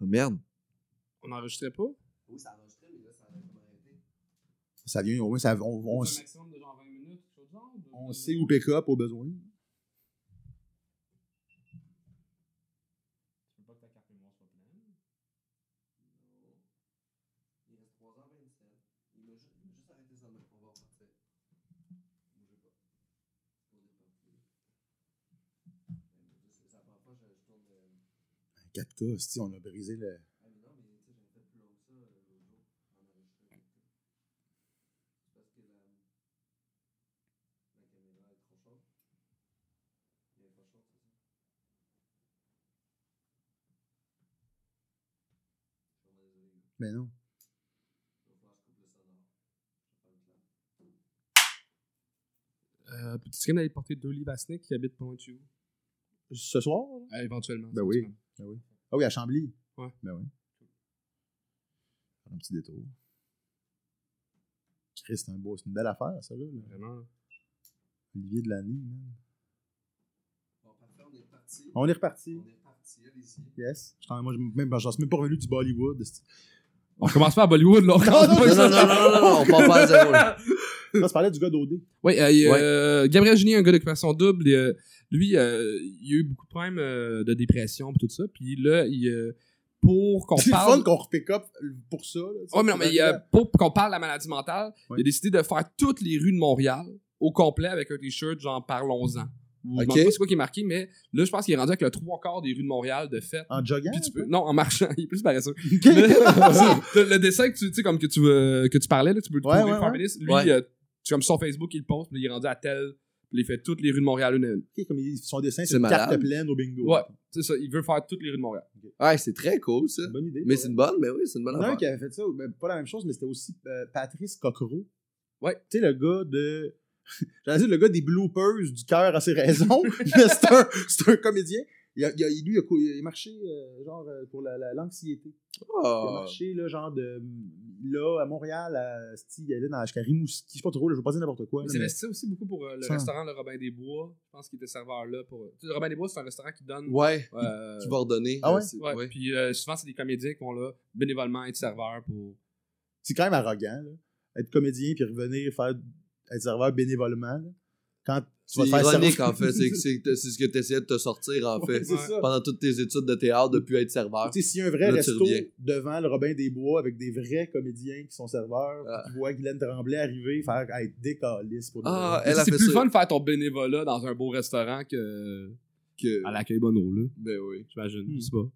Speaker 1: Oh, merde.
Speaker 3: On n'enregistrait pas.
Speaker 1: Oui, ça enregistrait, mais là, ça a
Speaker 2: Ça vient, au moins, ça, on, on,
Speaker 3: un maximum de genre 20 minutes, quelque chose du genre, de-
Speaker 2: on sait où pick up au besoin.
Speaker 3: Je veux pas que ta carte mémoire soit pleine.
Speaker 1: Ben, euh,
Speaker 2: 4K, si on a brisé le. Mais non.
Speaker 3: Euh, Peux-tu quand même aller porter deux livres à Snick qui habite pas loin de chez vous?
Speaker 2: Ce soir? là?
Speaker 3: Euh, éventuellement.
Speaker 2: Ben oui. Ben oui. Ah oui, à Chambly.
Speaker 3: Ouais.
Speaker 2: Ben oui. Faire un petit détour. Chris, c'est un beau, c'est une belle affaire, ça, là. là.
Speaker 3: Vraiment.
Speaker 2: Olivier de l'année, man.
Speaker 4: Bon, parfait, on est parti.
Speaker 2: On est reparti.
Speaker 4: On est parti, allez-y.
Speaker 2: Yes. Je t'en- moi, je m- même, j'en suis même pas revenu du Bollywood. esti.
Speaker 3: On commence pas à Bollywood, là. On commence
Speaker 1: Non,
Speaker 3: pas
Speaker 1: non,
Speaker 3: ça.
Speaker 1: non, non, non, non, on part pas à zéro. là.
Speaker 2: Là, tu parlais du gars d'OD.
Speaker 3: Oui, euh, il y a, euh, Gabriel Genie, un gars d'occupation double, et, euh, lui, euh, il a eu beaucoup de problèmes euh, de dépression et tout ça. Puis là, il, euh, pour qu'on
Speaker 2: C'est le
Speaker 3: parle.
Speaker 2: fun qu'on repick up pour ça. là, tu sais.
Speaker 3: Ouais, mais non, mais il, euh, pour qu'on parle de la maladie mentale,
Speaker 2: Ouais.
Speaker 3: il a décidé de faire toutes les rues de Montréal au complet avec un t-shirt genre parlons-en. Je
Speaker 1: Ok.
Speaker 3: ne sais pas c'est quoi qui est marqué, mais là, je pense qu'il est rendu avec le trois quarts des rues de Montréal de fait.
Speaker 2: En jogging.
Speaker 3: Puis tu peux, non, en marchant, il est plus paresseux. Mais-
Speaker 2: Ok.
Speaker 3: le, le dessin que tu, tu sais, comme que tu, euh, que tu parlais, là, tu peux le
Speaker 2: Ouais,
Speaker 3: trouver
Speaker 2: ouais,
Speaker 3: par
Speaker 2: ouais.
Speaker 3: ministre. Lui,
Speaker 1: Ouais.
Speaker 3: euh, tu comme sur Facebook, il le poste, puis il est rendu à tel, puis il fait toutes les rues de Montréal une à une.
Speaker 2: Ok, comme il- son dessin,
Speaker 1: C'est
Speaker 2: c'est une carte
Speaker 1: malade.
Speaker 2: pleine au bingo.
Speaker 3: Ouais. C'est ça, il veut faire toutes les rues de Montréal.
Speaker 1: Ouais, c'est très cool, ça.
Speaker 2: C'est une bonne idée.
Speaker 1: Mais c'est une bonne, mais oui, c'est une bonne
Speaker 2: Il y en a un
Speaker 1: affaire.
Speaker 2: qui avait fait ça, ben, pas la même chose, mais c'était aussi euh, Patrice Coquereau.
Speaker 3: Ouais.
Speaker 2: Tu sais, le gars de. J'allais dire le gars des bloopers du cœur à ses raisons, mais c'est un, c'est un comédien. Il a, il a- lui, il a, cou- il a marché euh, genre euh, pour la- la- l'anxiété. il a
Speaker 1: Oh.
Speaker 2: marché là, genre de. mm, Là, à Montréal, à, sti- il allait dans jusqu'à Rimouski. Je sais pas trop, là, je veux pas dire n'importe quoi.
Speaker 3: Il
Speaker 2: là, mais-
Speaker 3: s'investit aussi beaucoup pour euh, le
Speaker 2: Ça.
Speaker 3: restaurant Le Robin des Bois. Je pense qu'il était serveur là. Pour, tu sais, le Robin des Bois, c'est un restaurant qui donne.
Speaker 1: Ouais,
Speaker 3: euh,
Speaker 1: tu vas redonner.
Speaker 2: Ah
Speaker 1: euh,
Speaker 2: ouais?
Speaker 1: c'est-
Speaker 3: ouais,
Speaker 1: ouais.
Speaker 3: Puis euh, souvent, c'est des comédiens qui vont là bénévolement être serveur pour.
Speaker 2: C'est quand même arrogant, là. Être comédien puis revenir faire être serveur bénévolement. là. Quand tu
Speaker 1: C'est
Speaker 2: vas te faire
Speaker 1: ironique,
Speaker 2: servir-
Speaker 1: en fait. C'est c'est- c'est ce que tu essayais de te sortir, en
Speaker 2: Ouais,
Speaker 1: fait.
Speaker 2: c'est ça.
Speaker 1: Pendant toutes tes études de théâtre, de plus être serveur.
Speaker 2: Tu sais, s'il y a un vrai
Speaker 1: Ah. Là, tu
Speaker 2: resto
Speaker 1: reviens.
Speaker 2: devant le Robin des Bois avec des vrais comédiens qui sont serveurs,
Speaker 1: Ah.
Speaker 2: qui voient Guylaine Tremblay arriver, faire être décaliste pour de
Speaker 1: Ah,
Speaker 2: vrai.
Speaker 1: elle a
Speaker 3: C'est
Speaker 1: fait
Speaker 3: plus
Speaker 1: ça.
Speaker 3: fun de faire ton bénévolat dans un beau restaurant que
Speaker 1: Que...
Speaker 3: à l'accueil Bono, là.
Speaker 1: Ben oui.
Speaker 3: J'imagine.
Speaker 2: Hmm.
Speaker 3: Je sais pas.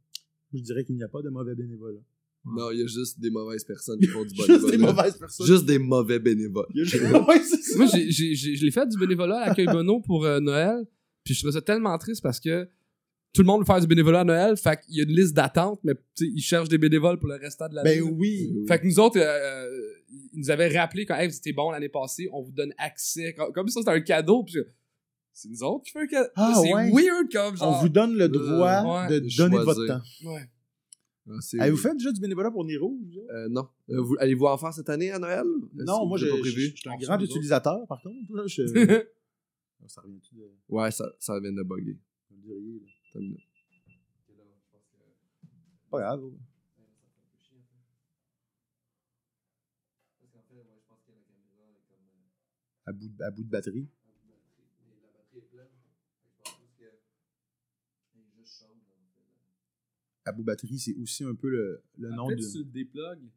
Speaker 2: Je dirais qu'il n'y a pas de mauvais bénévoles.
Speaker 1: Non, il y a juste des mauvaises personnes qui font du bénévolat.
Speaker 2: Ah. Juste des mauvaises personnes.
Speaker 1: Juste des mauvais bénévoles.
Speaker 2: Il y a juste- Ouais, c'est ça.
Speaker 3: Moi, j'ai, j'ai, j'ai- je l'ai fait du bénévolat à l'accueil Bono pour euh, Noël. Puis je trouvais ça tellement triste parce que tout le monde veut faire du bénévolat à Noël. Fait qu'il y a une liste d'attente, mais tu sais, ils cherchent des bénévoles pour le restant de l'année.
Speaker 2: Ben oui.
Speaker 3: Fait que nous autres, euh, euh, ils nous avaient rappelé quand hey, vous étiez bon l'année passée, on vous donne accès. Comme, comme ça, c'était un cadeau. Puis je- c'est nous autres qui fait un cadeau.
Speaker 2: Ah,
Speaker 3: c'est
Speaker 2: ouais.
Speaker 3: weird comme
Speaker 2: On
Speaker 3: genre.
Speaker 2: vous donne le droit
Speaker 3: ouais,
Speaker 2: de
Speaker 1: euh, de
Speaker 2: donner de votre
Speaker 1: choisir.
Speaker 2: temps.
Speaker 3: Ouais.
Speaker 1: Ah, c'est-
Speaker 2: Avez-vous fait déjà du bénévolat pour Nez Rouge, là?
Speaker 1: Euh, non. Euh, vous- Allez-vous en faire cette année à Noël? Est-ce
Speaker 2: Non,
Speaker 1: que Euh,
Speaker 2: moi,
Speaker 1: vous
Speaker 2: je
Speaker 1: avez pas
Speaker 2: je-
Speaker 1: prévu?
Speaker 2: je suis un grand utilisateur, par contre. là, je- Oh,
Speaker 3: ouais,
Speaker 2: Ça revient-tu de-
Speaker 1: Ouais, ça, ça vient de bugger.
Speaker 2: vous le diriez, là?
Speaker 1: Attends une minute.
Speaker 2: Pas grave. là. À bout, de- à bout de batterie. À bout de batterie, c'est aussi un peu le, le
Speaker 1: Ah,
Speaker 2: nom de.
Speaker 3: tu le déplugues.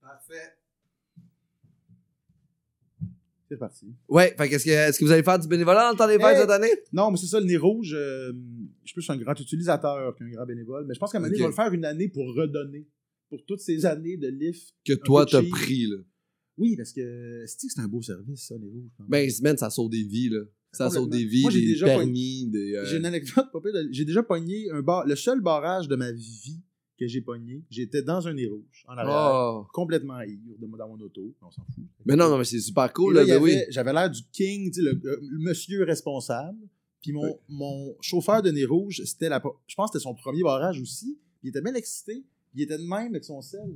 Speaker 4: Parfait.
Speaker 2: C'est parti.
Speaker 1: Ouais, fait qu'est-ce que, est-ce que vous allez faire du bénévolat dans le temps des fêtes
Speaker 2: Hey!
Speaker 1: cette année?
Speaker 2: Non, mais c'est ça, le nez rouge, euh, je suis plus un grand utilisateur qu'un grand bénévole, mais je pense qu'à un moment donné,
Speaker 1: Ok.
Speaker 2: je vais le faire une année pour redonner. Pour toutes ces années de lift.
Speaker 1: Que toi,
Speaker 2: peu
Speaker 1: t'as
Speaker 2: cheap.
Speaker 1: pris, là.
Speaker 2: Oui, parce que c'est-tu que c'est un beau service, ça, les rouges. quand même?
Speaker 1: Ben, semaine, ça sauve des vies, là. Ça sauve
Speaker 2: Complètement.
Speaker 1: des vies,
Speaker 2: Moi, j'ai
Speaker 1: des
Speaker 2: déjà pas-
Speaker 1: permis, des... euh,
Speaker 2: J'ai une anecdote, pas pire de- J'ai déjà pogné un bar. Le seul barrage de ma vie que j'ai pogné, j'étais dans un nez rouge, en arrière.
Speaker 1: Oh.
Speaker 2: Complètement ivre de- dans mon auto. On s'en fout.
Speaker 1: Mais non, non, mais c'est super
Speaker 2: Et
Speaker 1: cool,
Speaker 2: là,
Speaker 1: là,
Speaker 2: il y
Speaker 1: ben oui.
Speaker 2: avait- J'avais l'air du king, tu sais, le, euh, le- le monsieur responsable. Puis mon,
Speaker 1: Oui.
Speaker 2: mon chauffeur de nez rouge, c'était la, pro- je pense que c'était son premier barrage aussi. Il était bien excité. Il était de même avec son sel.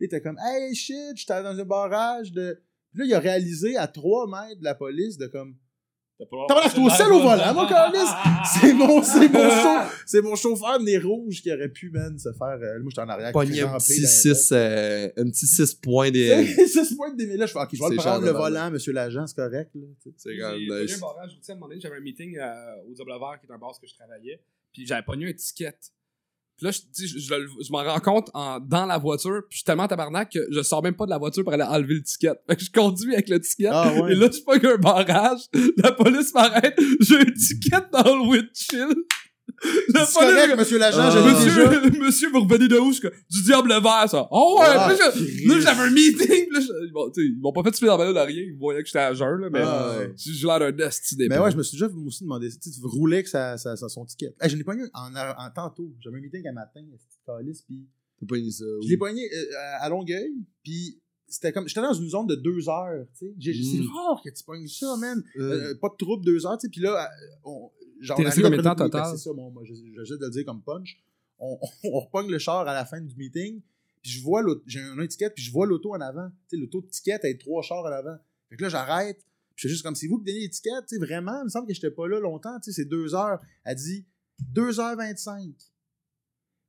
Speaker 2: Il était comme Hey shit, j'étais dans un barrage de. Puis là, il a réalisé à 3 mètres de la police de comme T'as je suis au sel au volant, mon câlisse!
Speaker 1: Ah!
Speaker 2: C'est mon, c'est mon, chau- c'est mon chauffeur de nez rouge qui aurait pu, man, se faire. euh, moi, j'étais en arrière.
Speaker 1: Pogné un
Speaker 2: crampé
Speaker 1: petit
Speaker 2: dans les
Speaker 1: 6 euh, un petit six points des...
Speaker 2: C'est c'est ce point de dé- mais Là, je fais, OK, je vais
Speaker 1: C'est
Speaker 2: le prendre le
Speaker 1: genre de
Speaker 2: volant, monsieur l'agent, c'est correct. Là, tu sais.
Speaker 1: C'est quand
Speaker 3: J'ai
Speaker 1: même
Speaker 3: pogné
Speaker 1: nice.
Speaker 3: un barrage routier à un moment donné, j'avais un meeting euh, au Diable Vert, qui est un bar où je travaillais, puis j'avais pogné un ticket. Puis là, je, tu sais, je, je le- je m'en rends compte en, dans la voiture. Puis je suis tellement tabarnak que je sors même pas de la voiture pour aller enlever le ticket. Fait que je conduis avec le ticket.
Speaker 2: Ah
Speaker 3: Et
Speaker 2: ouais.
Speaker 3: là, je pogne un barrage. La police m'arrête. J'ai un ticket dans le windshield. La
Speaker 2: C'est correct, monsieur l'agent,
Speaker 1: Ah.
Speaker 2: j'ai dit déjà.
Speaker 3: Euh, Monsieur, monsieur, vous revenez de où? Je suis comme, du diable vert, ça. Oh ouais!
Speaker 2: Ah,
Speaker 3: Puis là, je-
Speaker 2: Christ.
Speaker 3: là, j'avais un meeting. puis Là, je- bon, tu sais, ils m'ont pas fait tuer dans la bagnole à rien. Ils voyaient que j'étais à jeun, là, mais
Speaker 2: Ah, ouais.
Speaker 3: j'ai j'ai l'air d'un destiné.
Speaker 2: Mais ouais, je me suis déjà moi aussi demandé, tu sais, tu roulais avec sa, sa, sa- son ticket. Hey, je l'ai pogné en, en, tantôt. J'avais un meeting un matin, euh, à petite calice, puis
Speaker 1: T'as pas aimé ça.
Speaker 2: je l'ai pogné euh, à- à Longueuil, puis c'était comme, j'étais dans une zone de deux heures, tu sais. J'ai-
Speaker 1: Mm.
Speaker 2: C'est rare que tu pognes ça, man.
Speaker 1: Euh,
Speaker 2: Euh, pas de trouble, deux heures, tu sais. Puis là, euh, on, genre,
Speaker 3: T'es
Speaker 2: on
Speaker 3: resté
Speaker 2: arrive
Speaker 3: combien de temps
Speaker 2: après le-
Speaker 3: total?
Speaker 2: ben, C'est ça, bon, moi, je- j'essaie de le dire comme punch. On, on, repogne le char à la fin du meeting, puis je vois l'auto, j'ai un étiquette, puis je vois l'auto en avant. Tu sais, l'auto de ticket, elle a trois chars en avant. Fait que là, j'arrête, puis je suis juste comme, c'est vous qui donnez l'étiquette, tu sais, vraiment, il me semble que j'étais pas là longtemps, tu sais, c'est deux heures. Elle dit, 2h25.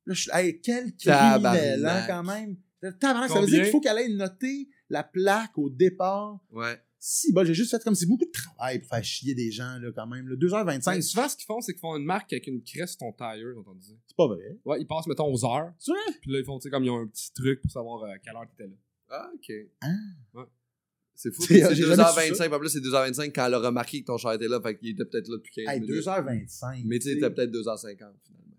Speaker 2: Là, je suis, hey, quel criminel, hein,
Speaker 1: Tabarnak.
Speaker 2: quand même. Tabarnak, ça veut dire
Speaker 3: Combien?
Speaker 2: qu'il faut qu'elle aille noter la plaque au départ
Speaker 1: ouais.
Speaker 2: si, bah, j'ai juste fait comme c'est beaucoup de travail pour faire chier des gens, là, quand même. là. 2h25,
Speaker 3: Mais
Speaker 2: c'est
Speaker 3: souvent, ce qu'ils font, c'est qu'ils font une marque avec une crête sur ton tailleur, on disait.
Speaker 2: pas vrai.
Speaker 3: Ouais, ils passent, mettons, aux heures.
Speaker 2: C'est vrai?
Speaker 3: Puis là, ils font, tu sais, comme ils ont un petit truc pour savoir à quelle heure t'étais là.
Speaker 1: Ah, ok.
Speaker 2: Hein?
Speaker 3: Ouais.
Speaker 1: C'est fou.
Speaker 2: C'est-
Speaker 1: C'est
Speaker 2: j'ai jamais su
Speaker 1: 2h25. En plus, c'est 2h25 quand elle a remarqué que ton chat était là. Fait qu'il était peut-être là depuis 15
Speaker 2: Hey,
Speaker 1: minutes.
Speaker 2: 2h25.
Speaker 1: Mais tu sais, il était peut-être 2h50 finalement.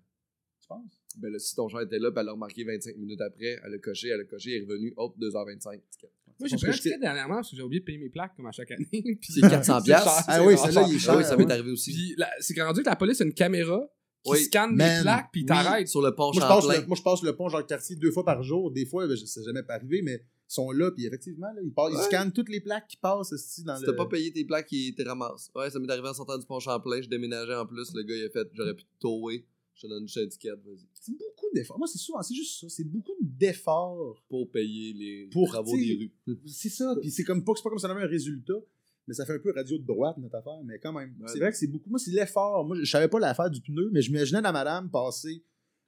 Speaker 2: tu penses?
Speaker 1: Ben là, si ton chat était là, puis elle l'a remarqué 25 minutes après, elle a coché, elle a coché, elle est revenue, hop, 2h25.
Speaker 3: Moi, j'ai
Speaker 2: Parce
Speaker 3: pris
Speaker 2: que
Speaker 3: un
Speaker 2: j'étais-
Speaker 3: ticket dernièrement parce que j'ai oublié de payer mes plaques comme à chaque année. Puis
Speaker 1: C'est 400
Speaker 3: cher,
Speaker 1: piastres.
Speaker 2: Ah oui,
Speaker 3: c'est
Speaker 2: celle-là, il est
Speaker 1: Ah
Speaker 2: cher.
Speaker 1: oui, ça
Speaker 2: ouais.
Speaker 1: m'est arrivé aussi.
Speaker 3: Puis la- c'est quand rendu que la police a une caméra qui
Speaker 1: Oui.
Speaker 3: scanne mes
Speaker 2: Man,
Speaker 3: plaques, puis
Speaker 2: oui.
Speaker 3: t'arrête.
Speaker 1: Sur le pont
Speaker 2: Moi je, passe
Speaker 1: Champlain.
Speaker 2: le, moi, je passe le pont Jacques-Cartier deux fois par jour. Des fois, ben, je- c'est jamais pas arrivé, mais ils sont là, puis effectivement, là, ils, passent- ils
Speaker 1: Ouais.
Speaker 2: scannent toutes les plaques qui passent esti, dans
Speaker 1: Si
Speaker 2: le...
Speaker 1: t'as pas payé tes plaques, ils te ramassent. Ouais, ça m'est arrivé en sortant du pont Champlain, je déménageais en plus, le gars il a fait, j'aurais pu te tower, je te donne une étiquette, vas-y.
Speaker 2: C'est beaucoup d'efforts. Moi, c'est souvent, c'est juste ça. C'est beaucoup d'efforts.
Speaker 1: Pour payer les
Speaker 2: Pour,
Speaker 1: travaux
Speaker 2: tu sais,
Speaker 1: des rues.
Speaker 2: C'est ça. Puis c'est comme pas, c'est pas comme ça donne un résultat, mais ça fait un peu radio de droite, notre affaire, mais quand même.
Speaker 1: Ouais.
Speaker 2: C'est vrai que c'est beaucoup. Moi, c'est l'effort. Moi, je je savais pas l'affaire du pneu, mais je m'imaginais la madame passer,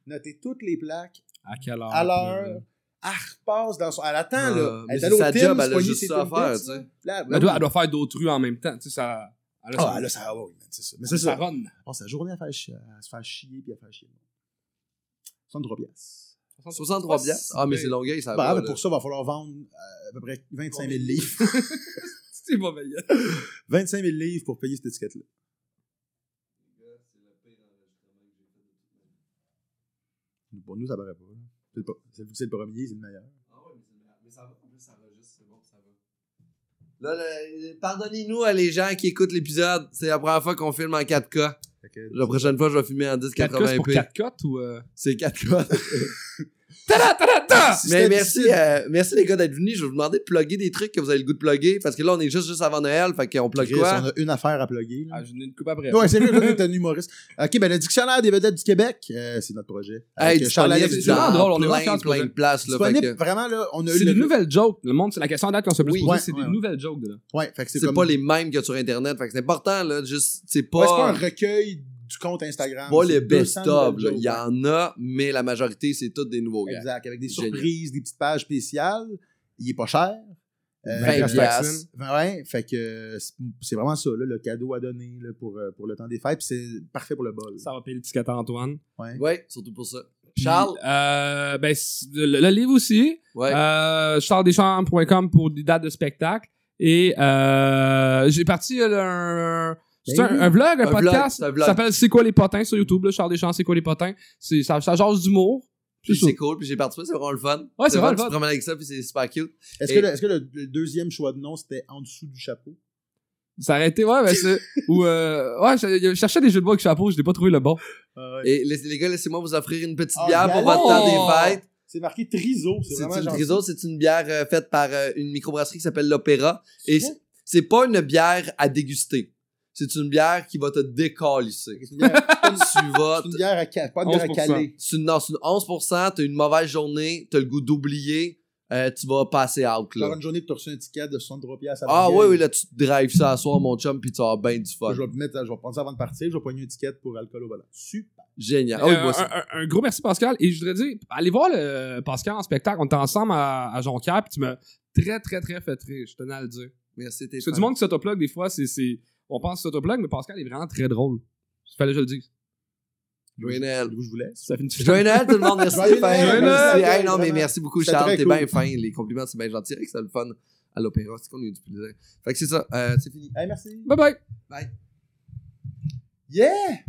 Speaker 2: noter toutes les plaques
Speaker 3: À quelle heure?
Speaker 2: à l'heure. Elle repasse dans son. Elle attend, là.
Speaker 1: Ah, mais
Speaker 2: Elle est
Speaker 1: c'est
Speaker 2: allée au
Speaker 1: sa
Speaker 2: Tim,
Speaker 1: job, elle a
Speaker 2: se poigner
Speaker 1: juste
Speaker 2: ses
Speaker 1: ça à
Speaker 2: Tim Hortons,
Speaker 1: faire,
Speaker 2: là.
Speaker 1: tu sais.
Speaker 2: Là,
Speaker 3: Elle doit,
Speaker 2: Ah oui.
Speaker 3: elle doit faire d'autres rues en même temps. Tu sais, ça. Elle a
Speaker 2: Ah,
Speaker 3: ça-
Speaker 2: là, ça va, oui, man, c'est ça. Mais
Speaker 3: ça,
Speaker 2: c'est ça.
Speaker 3: run.
Speaker 2: Elle passe la journée à, faire chier- à se faire chier puis à faire chier. 63 piastres.
Speaker 1: 63 piastres. Ah, mais c'est Longueuil, ça
Speaker 2: Bah,
Speaker 1: va.
Speaker 2: mais
Speaker 1: là.
Speaker 2: pour ça, il va falloir vendre euh, à peu près 25 000
Speaker 3: Combien?
Speaker 2: livres.
Speaker 3: C'est mauvais.
Speaker 2: 25 000 livres pour payer cette étiquette-là.
Speaker 4: Les gars, c'est le pire enregistrement que j'ai fait de toute ma vie.
Speaker 2: Pour nous, ça paraît pas. hein. C'est le, c'est le- c'est le premier, c'est le meilleur.
Speaker 4: Ah ouais, mais c'est le- mais ça va, en plus, ça enregistre, c'est bon, ça va.
Speaker 1: Là, le- euh, pardonnez-nous à les gens qui écoutent l'épisode, c'est la première fois qu'on filme en 4K.
Speaker 2: Fait que-
Speaker 1: La prochaine fois, je vais filmer en
Speaker 3: 4 cotes pour
Speaker 1: 1080p.
Speaker 3: 4 cotes ou. euh,
Speaker 1: C'est 4K.
Speaker 3: Tada, tada, tada!
Speaker 2: Si
Speaker 1: Mais
Speaker 2: c'était
Speaker 1: merci,
Speaker 2: difficile-
Speaker 1: euh, merci les gars d'être venus. Je vais vous demander de plugger des trucs que vous avez le goût de plugger. Parce que là, on est juste, juste avant Noël. Fait qu'on plug
Speaker 2: Chris,
Speaker 1: quoi?
Speaker 2: on a une affaire à plugger. là.
Speaker 3: Ah, j'en ai une coupe après.
Speaker 2: ouais, c'est vrai, t'es un humoriste. OK, ben le dictionnaire des vedettes du Québec, euh, c'est notre projet.
Speaker 1: Hey,
Speaker 2: Avec Charles
Speaker 1: disponible
Speaker 2: Alex
Speaker 3: c'est vraiment
Speaker 1: dans
Speaker 2: Dumas.
Speaker 3: drôle, on est vraiment
Speaker 1: plein,
Speaker 3: fiers de
Speaker 1: plein
Speaker 2: hein.
Speaker 1: de
Speaker 3: projet.
Speaker 1: places. Là, fait
Speaker 2: Disponible,
Speaker 1: que
Speaker 2: vraiment là, on a eu
Speaker 3: C'est des
Speaker 2: le-
Speaker 3: nouvelles jokes. Le monde, c'est la question en date qu'on se pose.
Speaker 1: Oui.
Speaker 3: poser,
Speaker 2: Ouais,
Speaker 3: c'est
Speaker 2: ouais,
Speaker 3: des
Speaker 2: ouais.
Speaker 3: nouvelles jokes de là.
Speaker 2: Ouais, fait que c'est
Speaker 1: c'est
Speaker 2: comme-
Speaker 1: pas les mêmes que sur Internet. Fait que c'est important, là. Juste, c'est pas.
Speaker 2: Ouais, c'est pas un recueil du compte Instagram.
Speaker 1: pas
Speaker 2: c'est
Speaker 1: le
Speaker 2: 200
Speaker 1: best-of. là.
Speaker 2: nouvelles
Speaker 1: Il y
Speaker 2: jokes.
Speaker 1: en a, mais la majorité, c'est toutes des nouveaux gars.
Speaker 2: Exact, avec des
Speaker 1: Génial.
Speaker 2: surprises, des petites pages spéciales. Il est pas cher. Euh,
Speaker 1: 20
Speaker 2: grâce à-
Speaker 1: piastres.
Speaker 2: Ouais, fait que euh, c'est- c'est vraiment ça, là, le cadeau à donner là, pour, euh, pour le temps des fêtes. Puis c'est parfait pour le bol.
Speaker 3: Ça va payer le ticket à Antoine.
Speaker 1: Ouais, surtout pour ça.
Speaker 3: Puis,
Speaker 1: Charles?
Speaker 3: euh, ben, c'est- le, le livre aussi.
Speaker 1: Ouais.
Speaker 3: Euh, charlesdeschamps.com pour des dates de spectacle. Et euh, j'ai parti euh, un, c'est
Speaker 2: Ben
Speaker 3: un,
Speaker 2: oui.
Speaker 3: un vlog, un,
Speaker 1: Un
Speaker 3: podcast.
Speaker 1: vlog, un vlog.
Speaker 3: Ça s'appelle C'est quoi les potins sur YouTube, là, Charles Deschamps, C'est quoi les potins. C'est, ça, ça jase d'humour.
Speaker 1: Puis
Speaker 3: C'est
Speaker 1: c'est cool, puis j'ai participé, c'est vraiment le fun.
Speaker 3: Ouais, c'est
Speaker 1: le fun,
Speaker 3: vraiment le
Speaker 1: Tu
Speaker 3: fun.
Speaker 1: te promènes avec ça, puis c'est super cute.
Speaker 2: Est-ce
Speaker 1: Et-
Speaker 2: que, le, est-ce que le, le deuxième choix de nom, c'était en dessous du chapeau?
Speaker 3: Ça a été, ouais, ben, c'est, ou, euh, ouais, je, je cherchais des jeux de mots avec chapeau, je n'ai pas trouvé le bon.
Speaker 2: Et-
Speaker 1: Et les, les gars, laissez-moi vous offrir une petite
Speaker 2: Ah,
Speaker 1: bière pour
Speaker 2: galon!
Speaker 1: votre temps des fêtes.
Speaker 2: C'est marqué Triso. C'est
Speaker 1: C'est
Speaker 2: vraiment
Speaker 1: une
Speaker 2: gentil.
Speaker 1: Triso, c'est une bière euh, faite par euh, une microbrasserie qui s'appelle l'Opéra.
Speaker 2: C'est
Speaker 1: Et
Speaker 2: vrai?
Speaker 1: c'est- c'est pas une bière à déguster. C'est une bière qui va te décalisser.
Speaker 2: C'est une bière-
Speaker 1: tu vas...
Speaker 2: c'est une bière à ca- pas une bière à
Speaker 3: 11%.
Speaker 2: caler.
Speaker 1: Tu, non, c'est une 11%, t'as une mauvaise journée, t'as le goût d'oublier, euh, tu vas passer out, là.
Speaker 2: Genre une journée que tu as reçu un ticket de 63 piastres à la
Speaker 1: Ah
Speaker 2: gueule.
Speaker 1: oui, oui, là, tu te drives ça à soir, mon chum, puis tu vas avoir bien du fun.
Speaker 2: Je vais, mettre, je vais prendre ça avant de partir, je vais pogner une étiquette pour alcool au volant. Super.
Speaker 1: Génial. Ah oui,
Speaker 3: Euh,
Speaker 1: moi,
Speaker 3: un, un- un gros merci Pascal et je voudrais dire allez voir le Pascal en spectacle on était ensemble à, à Jonquière puis tu m'as très très très fait rire je tenais à le dire
Speaker 1: Merci, t'es
Speaker 3: parce que
Speaker 1: fin.
Speaker 3: du monde qui s'autoplug des fois c'est c'est on pense s'autoplug mais Pascal est vraiment très drôle fallait que je le dise
Speaker 1: Joyeux Noël.
Speaker 2: Je vous laisse.
Speaker 3: Ça finit
Speaker 1: Joyeux Noël, tout le monde. Merci,
Speaker 2: Joyeux
Speaker 1: Stéphane.
Speaker 2: Noël,
Speaker 1: Merci.
Speaker 2: Noël,
Speaker 1: Hey, non, mais
Speaker 2: vraiment.
Speaker 1: merci beaucoup,
Speaker 2: C'était
Speaker 1: Charles.
Speaker 2: très
Speaker 1: T'es
Speaker 2: cool.
Speaker 1: bien fin. Les compliments, c'est bien gentil. C'est le fun à l'opéra. C'est qu'on a eu du plaisir. Fait que c'est ça. Euh, c'est fini.
Speaker 2: Hey, merci.
Speaker 3: Bye bye.
Speaker 2: Yeah!